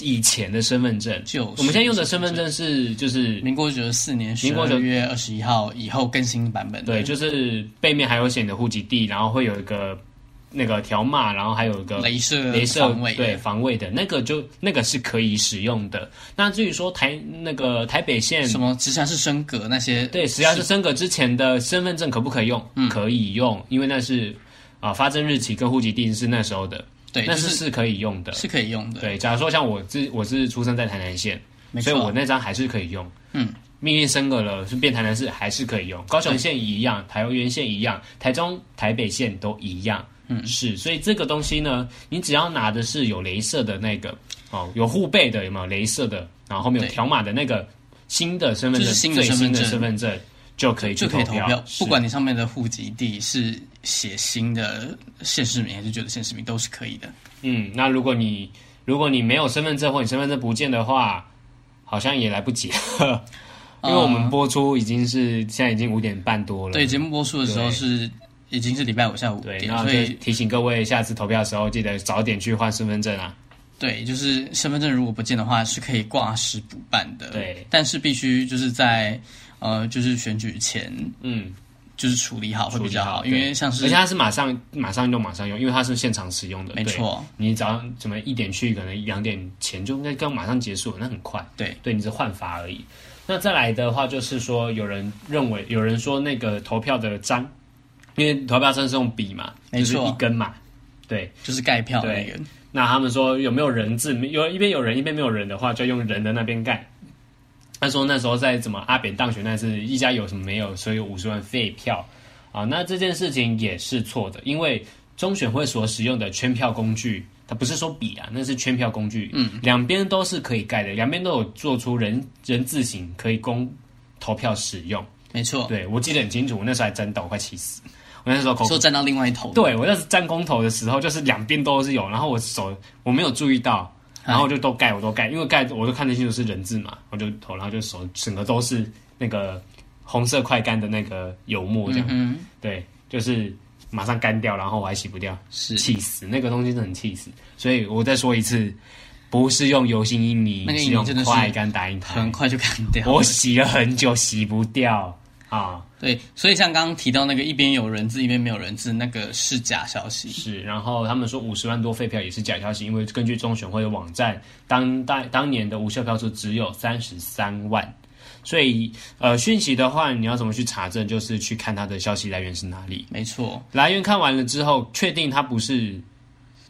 [SPEAKER 3] 以前的身份证。
[SPEAKER 1] 旧式
[SPEAKER 3] 我们现在用的身份证是就是
[SPEAKER 1] 民国九十四年十
[SPEAKER 3] 民国
[SPEAKER 1] 二
[SPEAKER 3] 九
[SPEAKER 1] 月二十一号以后更新版本的。
[SPEAKER 3] 对，就是背面还有写你的户籍地，然后会有一个那个条码，然后还有一个
[SPEAKER 1] 镭射
[SPEAKER 3] 镭射
[SPEAKER 1] 呃防卫
[SPEAKER 3] 对防卫的那个就那个是可以使用的。那至于说台那个台北县
[SPEAKER 1] 什么直辖市升格那些，
[SPEAKER 3] 对，实际上是升格之前的身份证可不可以用？
[SPEAKER 1] 嗯
[SPEAKER 3] 可以用，因为那是啊、发证日期跟户籍地是那时候的，
[SPEAKER 1] 对，
[SPEAKER 3] 那
[SPEAKER 1] 就是
[SPEAKER 3] 是可以用的。
[SPEAKER 1] 是可以用的。
[SPEAKER 3] 对，假如说像我自我是出生在台南县，
[SPEAKER 1] 没
[SPEAKER 3] 所以我
[SPEAKER 1] 错，
[SPEAKER 3] 那张还是可以用。
[SPEAKER 1] 嗯，
[SPEAKER 3] 命运升格了，是变台南市还是可以用，高雄县一
[SPEAKER 1] 嗯
[SPEAKER 3] 样，台原县一样，台中、台北县都一样。嗯，是，所以这个东西呢，你只要拿的是有镭射的那个哦，有护背的有没有镭射的，然后后面有
[SPEAKER 1] 对
[SPEAKER 3] 条码的那个新的身份
[SPEAKER 1] 就
[SPEAKER 3] 证，
[SPEAKER 1] 是新的
[SPEAKER 3] 最
[SPEAKER 1] 身份
[SPEAKER 3] 新的
[SPEAKER 1] 证
[SPEAKER 3] 身份证。就可以去
[SPEAKER 1] 就可以投
[SPEAKER 3] 票
[SPEAKER 1] 票，，
[SPEAKER 3] 是
[SPEAKER 1] 不管你上面的户籍地是写新的县市民还是旧的县市民，都是可以的。
[SPEAKER 3] 嗯，那如果你如果你没有身份证或你身份证不见的话，好像也来不及， 因为我们播出已经是现在已经五点半多
[SPEAKER 1] 呃
[SPEAKER 3] 了。
[SPEAKER 1] 对，节目播出的时候
[SPEAKER 3] 对
[SPEAKER 1] 是已经是礼拜五下午五
[SPEAKER 3] 对，
[SPEAKER 1] 点，
[SPEAKER 3] 那
[SPEAKER 1] 所
[SPEAKER 3] 就
[SPEAKER 1] 以
[SPEAKER 3] 提醒各位，下次投票的时候记得早点去换身份证啊。
[SPEAKER 1] 对，就是身份证如果不见的话，是可以挂失补办的。
[SPEAKER 3] 对
[SPEAKER 1] 但是必须就是在呃，就是选举前
[SPEAKER 3] 嗯，
[SPEAKER 1] 就是处理好会比较好，
[SPEAKER 3] 处理
[SPEAKER 1] 因
[SPEAKER 3] 对
[SPEAKER 1] 为像是
[SPEAKER 3] 而且它是马上马上用马上用，因为它是现场使用的。
[SPEAKER 1] 没
[SPEAKER 3] 对
[SPEAKER 1] 错，
[SPEAKER 3] 你早上怎么一点去，可能两点前就应该刚马上结束了，那很快。
[SPEAKER 1] 对
[SPEAKER 3] 对，你是换法而已。那再来的话，就是说有人认为，有人说那个投票的章，因为投票章是用笔嘛，
[SPEAKER 1] 没
[SPEAKER 3] 就是
[SPEAKER 1] 错
[SPEAKER 3] 一根嘛，对。
[SPEAKER 1] 就是盖票那个
[SPEAKER 3] 对，那他们说有没有人字？有一边有人，一边没有人的话，就用人的那边盖。他说那时候在怎么阿扁当选那次，一家有什么没有，所以有五十万废票啊。那这件事情也是错的，因为中选会所使用的圈票工具，它不是说笔啊，那是圈票工具。嗯，两边都是可以盖的，两边都有做出人人字形可以供投票使用。
[SPEAKER 1] 没错，
[SPEAKER 3] 对我记得很清楚，我那时候还真的，我快气死。我那时候口
[SPEAKER 1] 说站到另外一头。
[SPEAKER 3] 对我那是站公投的时候，就是两边都是有，然后我手我没有注意到，
[SPEAKER 1] 哎
[SPEAKER 3] 然后就都盖我都盖，因为盖我都看得清楚是人字嘛，我就头然后就手整个都是那个红色快干的那个油墨这样，
[SPEAKER 1] 嗯，
[SPEAKER 3] 对，就是马上干掉，然后我还洗不掉，
[SPEAKER 1] 是
[SPEAKER 3] 气死，那个东西真的很气死。所以我再说一次，不是用油性印泥，
[SPEAKER 1] 那个印
[SPEAKER 3] 是
[SPEAKER 1] 泥
[SPEAKER 3] 用
[SPEAKER 1] 真的是
[SPEAKER 3] 快干打印台
[SPEAKER 1] 很，快就干掉了。
[SPEAKER 3] 我洗了很久洗不掉啊。
[SPEAKER 1] 对，所以像刚刚提到那个一边有人字一边没有人字，那个是假消息。
[SPEAKER 3] 是，然后他们说五十万多废票也是假消息，因为根据中选会的网站，当代当年的无效票数只有三十三万，所以呃讯息的话，你要怎么去查证？就是去看它的消息来源是哪里。
[SPEAKER 1] 没错，
[SPEAKER 3] 来源看完了之后，确定它不是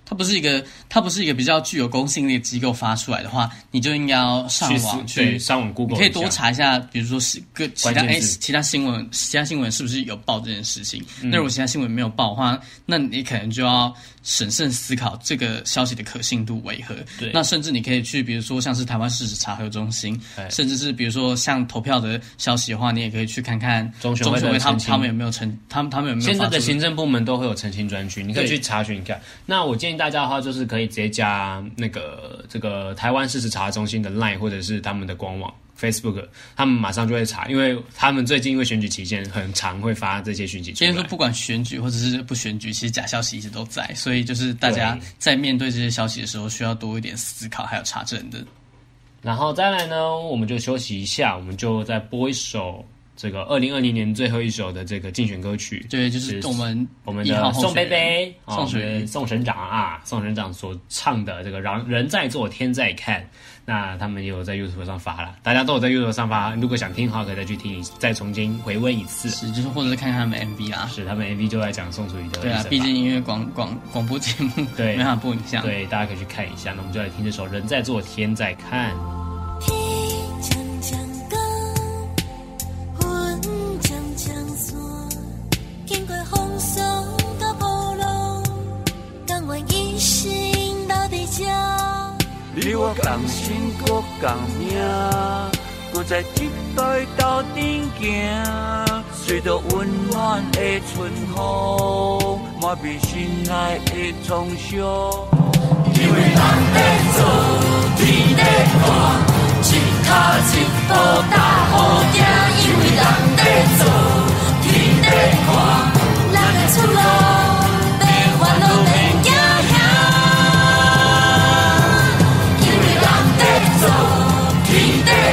[SPEAKER 1] 它不是一个，它不是一个比较具有公信力的机构发出来的话，你就应该要上
[SPEAKER 3] 去
[SPEAKER 1] 网
[SPEAKER 3] 私对
[SPEAKER 1] 去，
[SPEAKER 3] 上网 Google，
[SPEAKER 1] 你可以
[SPEAKER 3] 一下
[SPEAKER 1] 多。查一下，比如说是各其他
[SPEAKER 3] 关键
[SPEAKER 1] 哎
[SPEAKER 3] 字
[SPEAKER 1] 其他新闻，其他新闻是不是有报这件事情？
[SPEAKER 3] 嗯
[SPEAKER 1] 那如果其他新闻没有报的话，那你可能就要审慎思考这个消息的可信度为何。
[SPEAKER 3] 对
[SPEAKER 1] 那甚至你可以去，比如说像是台湾事实查核中心，
[SPEAKER 3] 哎
[SPEAKER 1] 甚至是比如说像投票的消息的话，你也可以去看看
[SPEAKER 3] 中选
[SPEAKER 1] 选
[SPEAKER 3] 会的
[SPEAKER 1] 会他
[SPEAKER 3] 澄
[SPEAKER 1] 们
[SPEAKER 3] 清
[SPEAKER 1] 他们有没有成，他们他们有没有
[SPEAKER 3] 现在
[SPEAKER 1] 发
[SPEAKER 3] 的
[SPEAKER 1] 出
[SPEAKER 3] 行政部门都会有澄清专区，你可以
[SPEAKER 1] 对
[SPEAKER 3] 去查询一下。那我建议大家的话，就是可以直接加那个这个台湾事实查中心的 LINE 或者是他们的官网 Facebook，他们马上就会查，因为他们最近因为选举期间很常会发这些讯息出
[SPEAKER 1] 今
[SPEAKER 3] 来
[SPEAKER 1] 天。说不管选举或者是不选举，其实假消息一直都在，所以就是大家在面对这些消息的时候，需要多一点思考还有查证的。
[SPEAKER 3] 然后再来呢，我们就休息一下，我们就再播一首这个二零二零年最后一首的这个竞选歌曲。
[SPEAKER 1] 对，就是我们
[SPEAKER 3] 我们
[SPEAKER 1] 一
[SPEAKER 3] 的
[SPEAKER 1] 号
[SPEAKER 3] 宋
[SPEAKER 1] 候
[SPEAKER 3] 贝
[SPEAKER 1] 选人
[SPEAKER 3] 贝、啊
[SPEAKER 1] 宋水
[SPEAKER 3] 我们的宋省长啊，宋省长所唱的这个“人人在做天在看”，那他们也有在 YouTube 上发了，大家都有在 YouTube 上发。如果想听的话，可以再去听一，再重新回温一次。
[SPEAKER 1] 是就是或者是看看他们 MV 啊。
[SPEAKER 3] 是他们 MV 就在讲宋楚瑜的
[SPEAKER 1] 对
[SPEAKER 3] 一
[SPEAKER 1] 啊
[SPEAKER 3] 生，
[SPEAKER 1] 毕
[SPEAKER 3] 嘛
[SPEAKER 1] 竟因为广广广播节目
[SPEAKER 3] 对
[SPEAKER 1] 没办法播影像。
[SPEAKER 3] 对，大家可以去看一下。那我们就来听这首《人在做天在看》。
[SPEAKER 9] 天长长光，云渐渐散，经过风霜甲波浪，甘愿一生留伫这。
[SPEAKER 10] 你我同心搁同命，搁在一代斗阵行。随着温暖的春风，满遍心内的创伤。
[SPEAKER 9] 人的出路，别烦恼，别惊吓，因为人在做，天在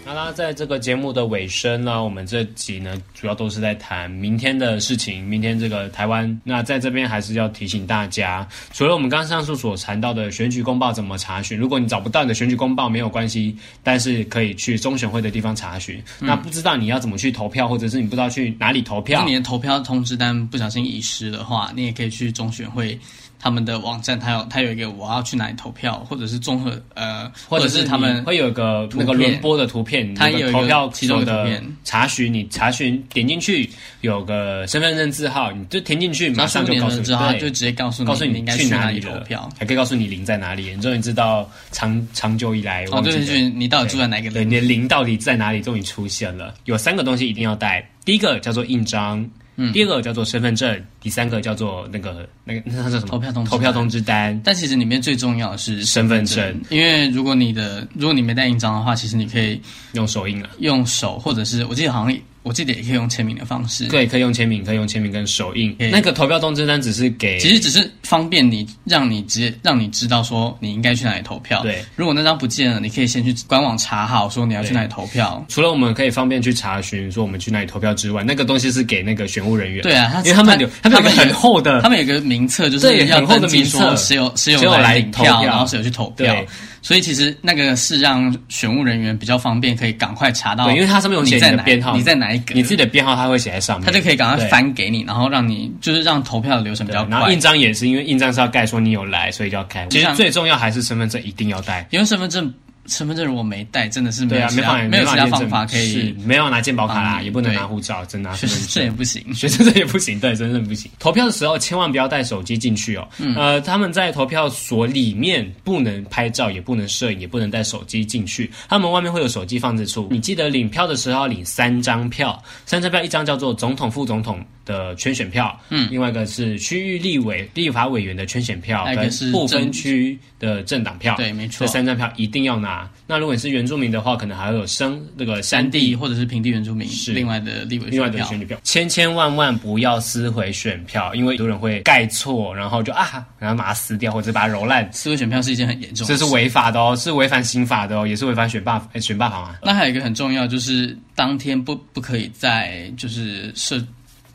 [SPEAKER 3] 那啦，在这个节目的尾声呢，我们这集呢主要都是在谈明天的事情，明天这个台湾。那在这边还是要提醒大家，除了我们刚上述所谈到的选举公报怎么查询，如果你找不到你的选举公报没有关系，但是可以去中选会的地方查询。
[SPEAKER 1] 嗯
[SPEAKER 3] 那不知道你要怎么去投票，或者是你不知道去哪里投
[SPEAKER 1] 如
[SPEAKER 3] 票
[SPEAKER 1] 果，你的投票通知单不小心遗失的话，你也可以去中选会他们的网站，它有它有一个我要去哪里投票，或者是综合呃，
[SPEAKER 3] 或者
[SPEAKER 1] 是
[SPEAKER 3] 是
[SPEAKER 1] 他们
[SPEAKER 3] 你会有一个那个
[SPEAKER 1] 图片
[SPEAKER 3] 轮播的图片，
[SPEAKER 1] 它
[SPEAKER 3] 那
[SPEAKER 1] 有一个
[SPEAKER 3] 投票
[SPEAKER 1] 其中
[SPEAKER 3] 所
[SPEAKER 1] 一个图
[SPEAKER 3] 的
[SPEAKER 1] 片
[SPEAKER 3] 查询，你查询点进去有个身份证字号，你就填进去，马
[SPEAKER 1] 然后
[SPEAKER 3] 上
[SPEAKER 1] 输
[SPEAKER 3] 就
[SPEAKER 1] 点
[SPEAKER 3] 告诉
[SPEAKER 1] 了
[SPEAKER 3] 你，
[SPEAKER 1] 之后，他
[SPEAKER 3] 对
[SPEAKER 1] 就直接告诉你，
[SPEAKER 3] 告诉
[SPEAKER 1] 你
[SPEAKER 3] 你
[SPEAKER 1] 嗯应该
[SPEAKER 3] 去
[SPEAKER 1] 哪
[SPEAKER 3] 里
[SPEAKER 1] 投
[SPEAKER 3] 了
[SPEAKER 1] 票。
[SPEAKER 3] 还可以告诉你零在哪里，你终于知道长长久以来
[SPEAKER 1] 哦，
[SPEAKER 3] 忘记
[SPEAKER 1] 对，
[SPEAKER 3] 的
[SPEAKER 1] 就是你到底住在哪个
[SPEAKER 3] 对
[SPEAKER 1] 邻
[SPEAKER 3] 你的零到底在哪里，终于出现了。有三个东西一定要带，第一个叫做印章，
[SPEAKER 1] 嗯
[SPEAKER 3] 第二个叫做身份证，第三个叫做那个那个那叫什么？
[SPEAKER 1] 投票通知
[SPEAKER 3] 投票
[SPEAKER 1] 单
[SPEAKER 3] 通知单。
[SPEAKER 1] 但其实里面最重要的是
[SPEAKER 3] 身份证
[SPEAKER 1] 因为如果你的如果你没带印章的话，其实你可以
[SPEAKER 3] 用手印啊，
[SPEAKER 1] 用手，或者是我记得好像我记得也可以用签名的方式。，
[SPEAKER 3] 对，可以用签名，可以用签名跟手印。
[SPEAKER 1] 嗯
[SPEAKER 3] 那个投票通知单只是给，
[SPEAKER 1] 其实只是方便你，让你直接让你知道说你应该去哪里投票。
[SPEAKER 3] 对，
[SPEAKER 1] 如果那张不见了，你可以先去官网查好说你要去哪里投票。
[SPEAKER 3] 除了我们可以方便去查询说我们去哪里投票之外，那个东西是给那个选务人员。
[SPEAKER 1] 对啊，他
[SPEAKER 3] 因为他们有
[SPEAKER 1] 他
[SPEAKER 3] 们有一个很厚的，
[SPEAKER 1] 他们有一个名册，就
[SPEAKER 3] 对
[SPEAKER 1] 是要
[SPEAKER 3] 很厚的
[SPEAKER 1] 登记
[SPEAKER 3] 名册
[SPEAKER 1] 说谁有谁
[SPEAKER 3] 谁有
[SPEAKER 1] 有
[SPEAKER 3] 来
[SPEAKER 1] 来领
[SPEAKER 3] 投票
[SPEAKER 1] 然后谁有去投票
[SPEAKER 3] 对。
[SPEAKER 1] 所以其实那个是让选务人员比较方便，可以赶快查到，
[SPEAKER 3] 对，因为它上面有写
[SPEAKER 1] 你在
[SPEAKER 3] 的
[SPEAKER 1] 哪
[SPEAKER 3] 编号，
[SPEAKER 1] 你在哪一个，
[SPEAKER 3] 你自己的编号，它会写在上面，
[SPEAKER 1] 他就可以赶快
[SPEAKER 3] 对
[SPEAKER 1] 翻给你，然后让你就是让投票的流程比
[SPEAKER 3] 对
[SPEAKER 1] 较
[SPEAKER 3] 然后
[SPEAKER 1] 快
[SPEAKER 3] 印。章也是，因为印章是要盖说你有来，所以就要开。其
[SPEAKER 1] 就
[SPEAKER 3] 实
[SPEAKER 1] 像
[SPEAKER 3] 最重要还是身份证一定要带。
[SPEAKER 1] 因为身份证身份证如果没带，真的是没
[SPEAKER 3] 对
[SPEAKER 1] 有
[SPEAKER 3] 啊，
[SPEAKER 1] 其
[SPEAKER 3] 没
[SPEAKER 1] 他
[SPEAKER 3] 办法，
[SPEAKER 1] 没有其
[SPEAKER 3] 办
[SPEAKER 1] 他
[SPEAKER 3] 法验
[SPEAKER 1] 方
[SPEAKER 3] 证
[SPEAKER 1] 法可
[SPEAKER 3] 是
[SPEAKER 1] 以，
[SPEAKER 3] 没有拿健保卡啦，
[SPEAKER 1] 帮你
[SPEAKER 3] 也不能
[SPEAKER 1] 对
[SPEAKER 3] 拿护照，只能拿
[SPEAKER 1] 学
[SPEAKER 3] 身
[SPEAKER 1] 生
[SPEAKER 3] 份
[SPEAKER 1] 证也
[SPEAKER 3] 证。
[SPEAKER 1] 不行。
[SPEAKER 3] 学生证也不行，对，真的不行。投票的时候千万不要带手机进去哦。
[SPEAKER 1] 嗯
[SPEAKER 3] 呃，他们在投票所里面不能拍照，也不能摄影，也不能带手机进去。他们外面会有手机放置处。你记得领票的时候要领三张票，三张票一张叫做总统、副总统的圈选票，嗯，另外一个是区域立委、立法委员的圈选票，
[SPEAKER 1] 还有一
[SPEAKER 3] 跟
[SPEAKER 1] 个是
[SPEAKER 3] 不分
[SPEAKER 1] 政
[SPEAKER 3] 区的政党票。
[SPEAKER 1] 对没错
[SPEAKER 3] 这三张票一定要拿。那如果你是原住民的话，可能还会有生那个
[SPEAKER 1] 山
[SPEAKER 3] 山地
[SPEAKER 1] 地或者是平地原住民
[SPEAKER 3] 是
[SPEAKER 1] 另外的立委
[SPEAKER 3] 另外
[SPEAKER 1] 选
[SPEAKER 3] 的
[SPEAKER 1] 票，
[SPEAKER 3] 选举票，千千万万不要撕毁选票，因为很多人会盖错，然后就啊，然后把它撕掉或者把它揉烂，
[SPEAKER 1] 思维选票是一件很严重
[SPEAKER 3] 这
[SPEAKER 1] 的事。
[SPEAKER 3] 是违法的哦，是违反刑法的哦，也是违反选罢哎选罢法嘛。
[SPEAKER 1] 那还有一个很重要，就是当天不不可以在就是社，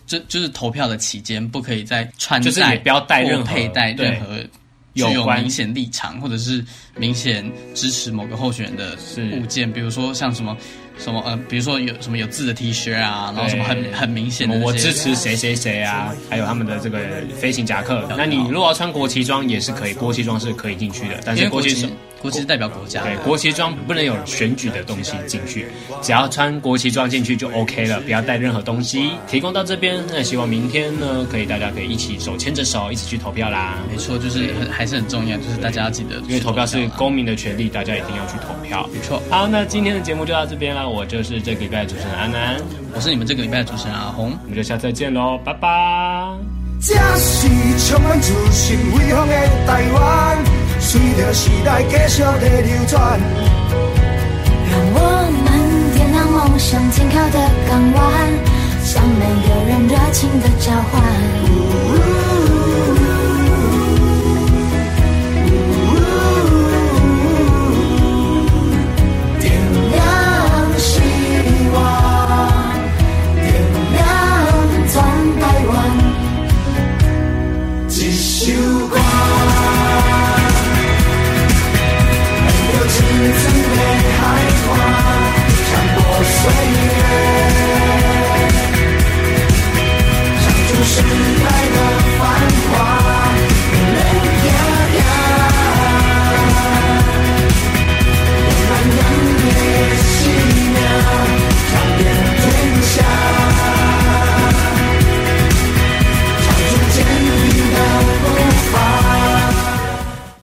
[SPEAKER 1] 就就是投票的期间，不可以在穿戴
[SPEAKER 3] 就是你不要带任何
[SPEAKER 1] 或佩戴
[SPEAKER 3] 对
[SPEAKER 1] 任何具
[SPEAKER 3] 有
[SPEAKER 1] 有
[SPEAKER 3] 关
[SPEAKER 1] 明显立场或者是明显支持某个候选人的
[SPEAKER 3] 是
[SPEAKER 1] 物件，比如说像什么什么呃，比如说有什么有字的 T 恤啊，然后什么
[SPEAKER 3] 对
[SPEAKER 1] 很很明显
[SPEAKER 3] 哎什么
[SPEAKER 1] 的
[SPEAKER 3] 我
[SPEAKER 1] 这些
[SPEAKER 3] 支持谁谁谁啊，还有他们的这个飞行夹克。那你如果要穿国旗装也是可以，国旗装是可以进去的，但
[SPEAKER 1] 因
[SPEAKER 3] 是
[SPEAKER 1] 为国
[SPEAKER 3] 旗
[SPEAKER 1] 旗
[SPEAKER 3] 装。
[SPEAKER 1] 国旗是代表国家的
[SPEAKER 3] 对，国旗装不能有选举的东西进去，只要穿国旗装进去就 OK 了，不要带任何东西。提供到这边，那希望明天呢，可以大家可以一起手牵着手一起去投票啦。
[SPEAKER 1] 没错，就是很还是很重要，就是大家要记得去啦，
[SPEAKER 3] 因为投票是公民的权利，大家一定要去投票。
[SPEAKER 1] 没错。
[SPEAKER 3] 好，那今天的节目就到这边啦，我就是这个礼拜的主持人安南，
[SPEAKER 1] 我是你们这个礼拜的主持人阿红。
[SPEAKER 3] 我们就下次再见喽，拜拜。
[SPEAKER 5] 这是充满自信威风的台湾，随着时代继续在流转。
[SPEAKER 9] 让我们点亮梦想停靠的港湾，向每个人热情的交换。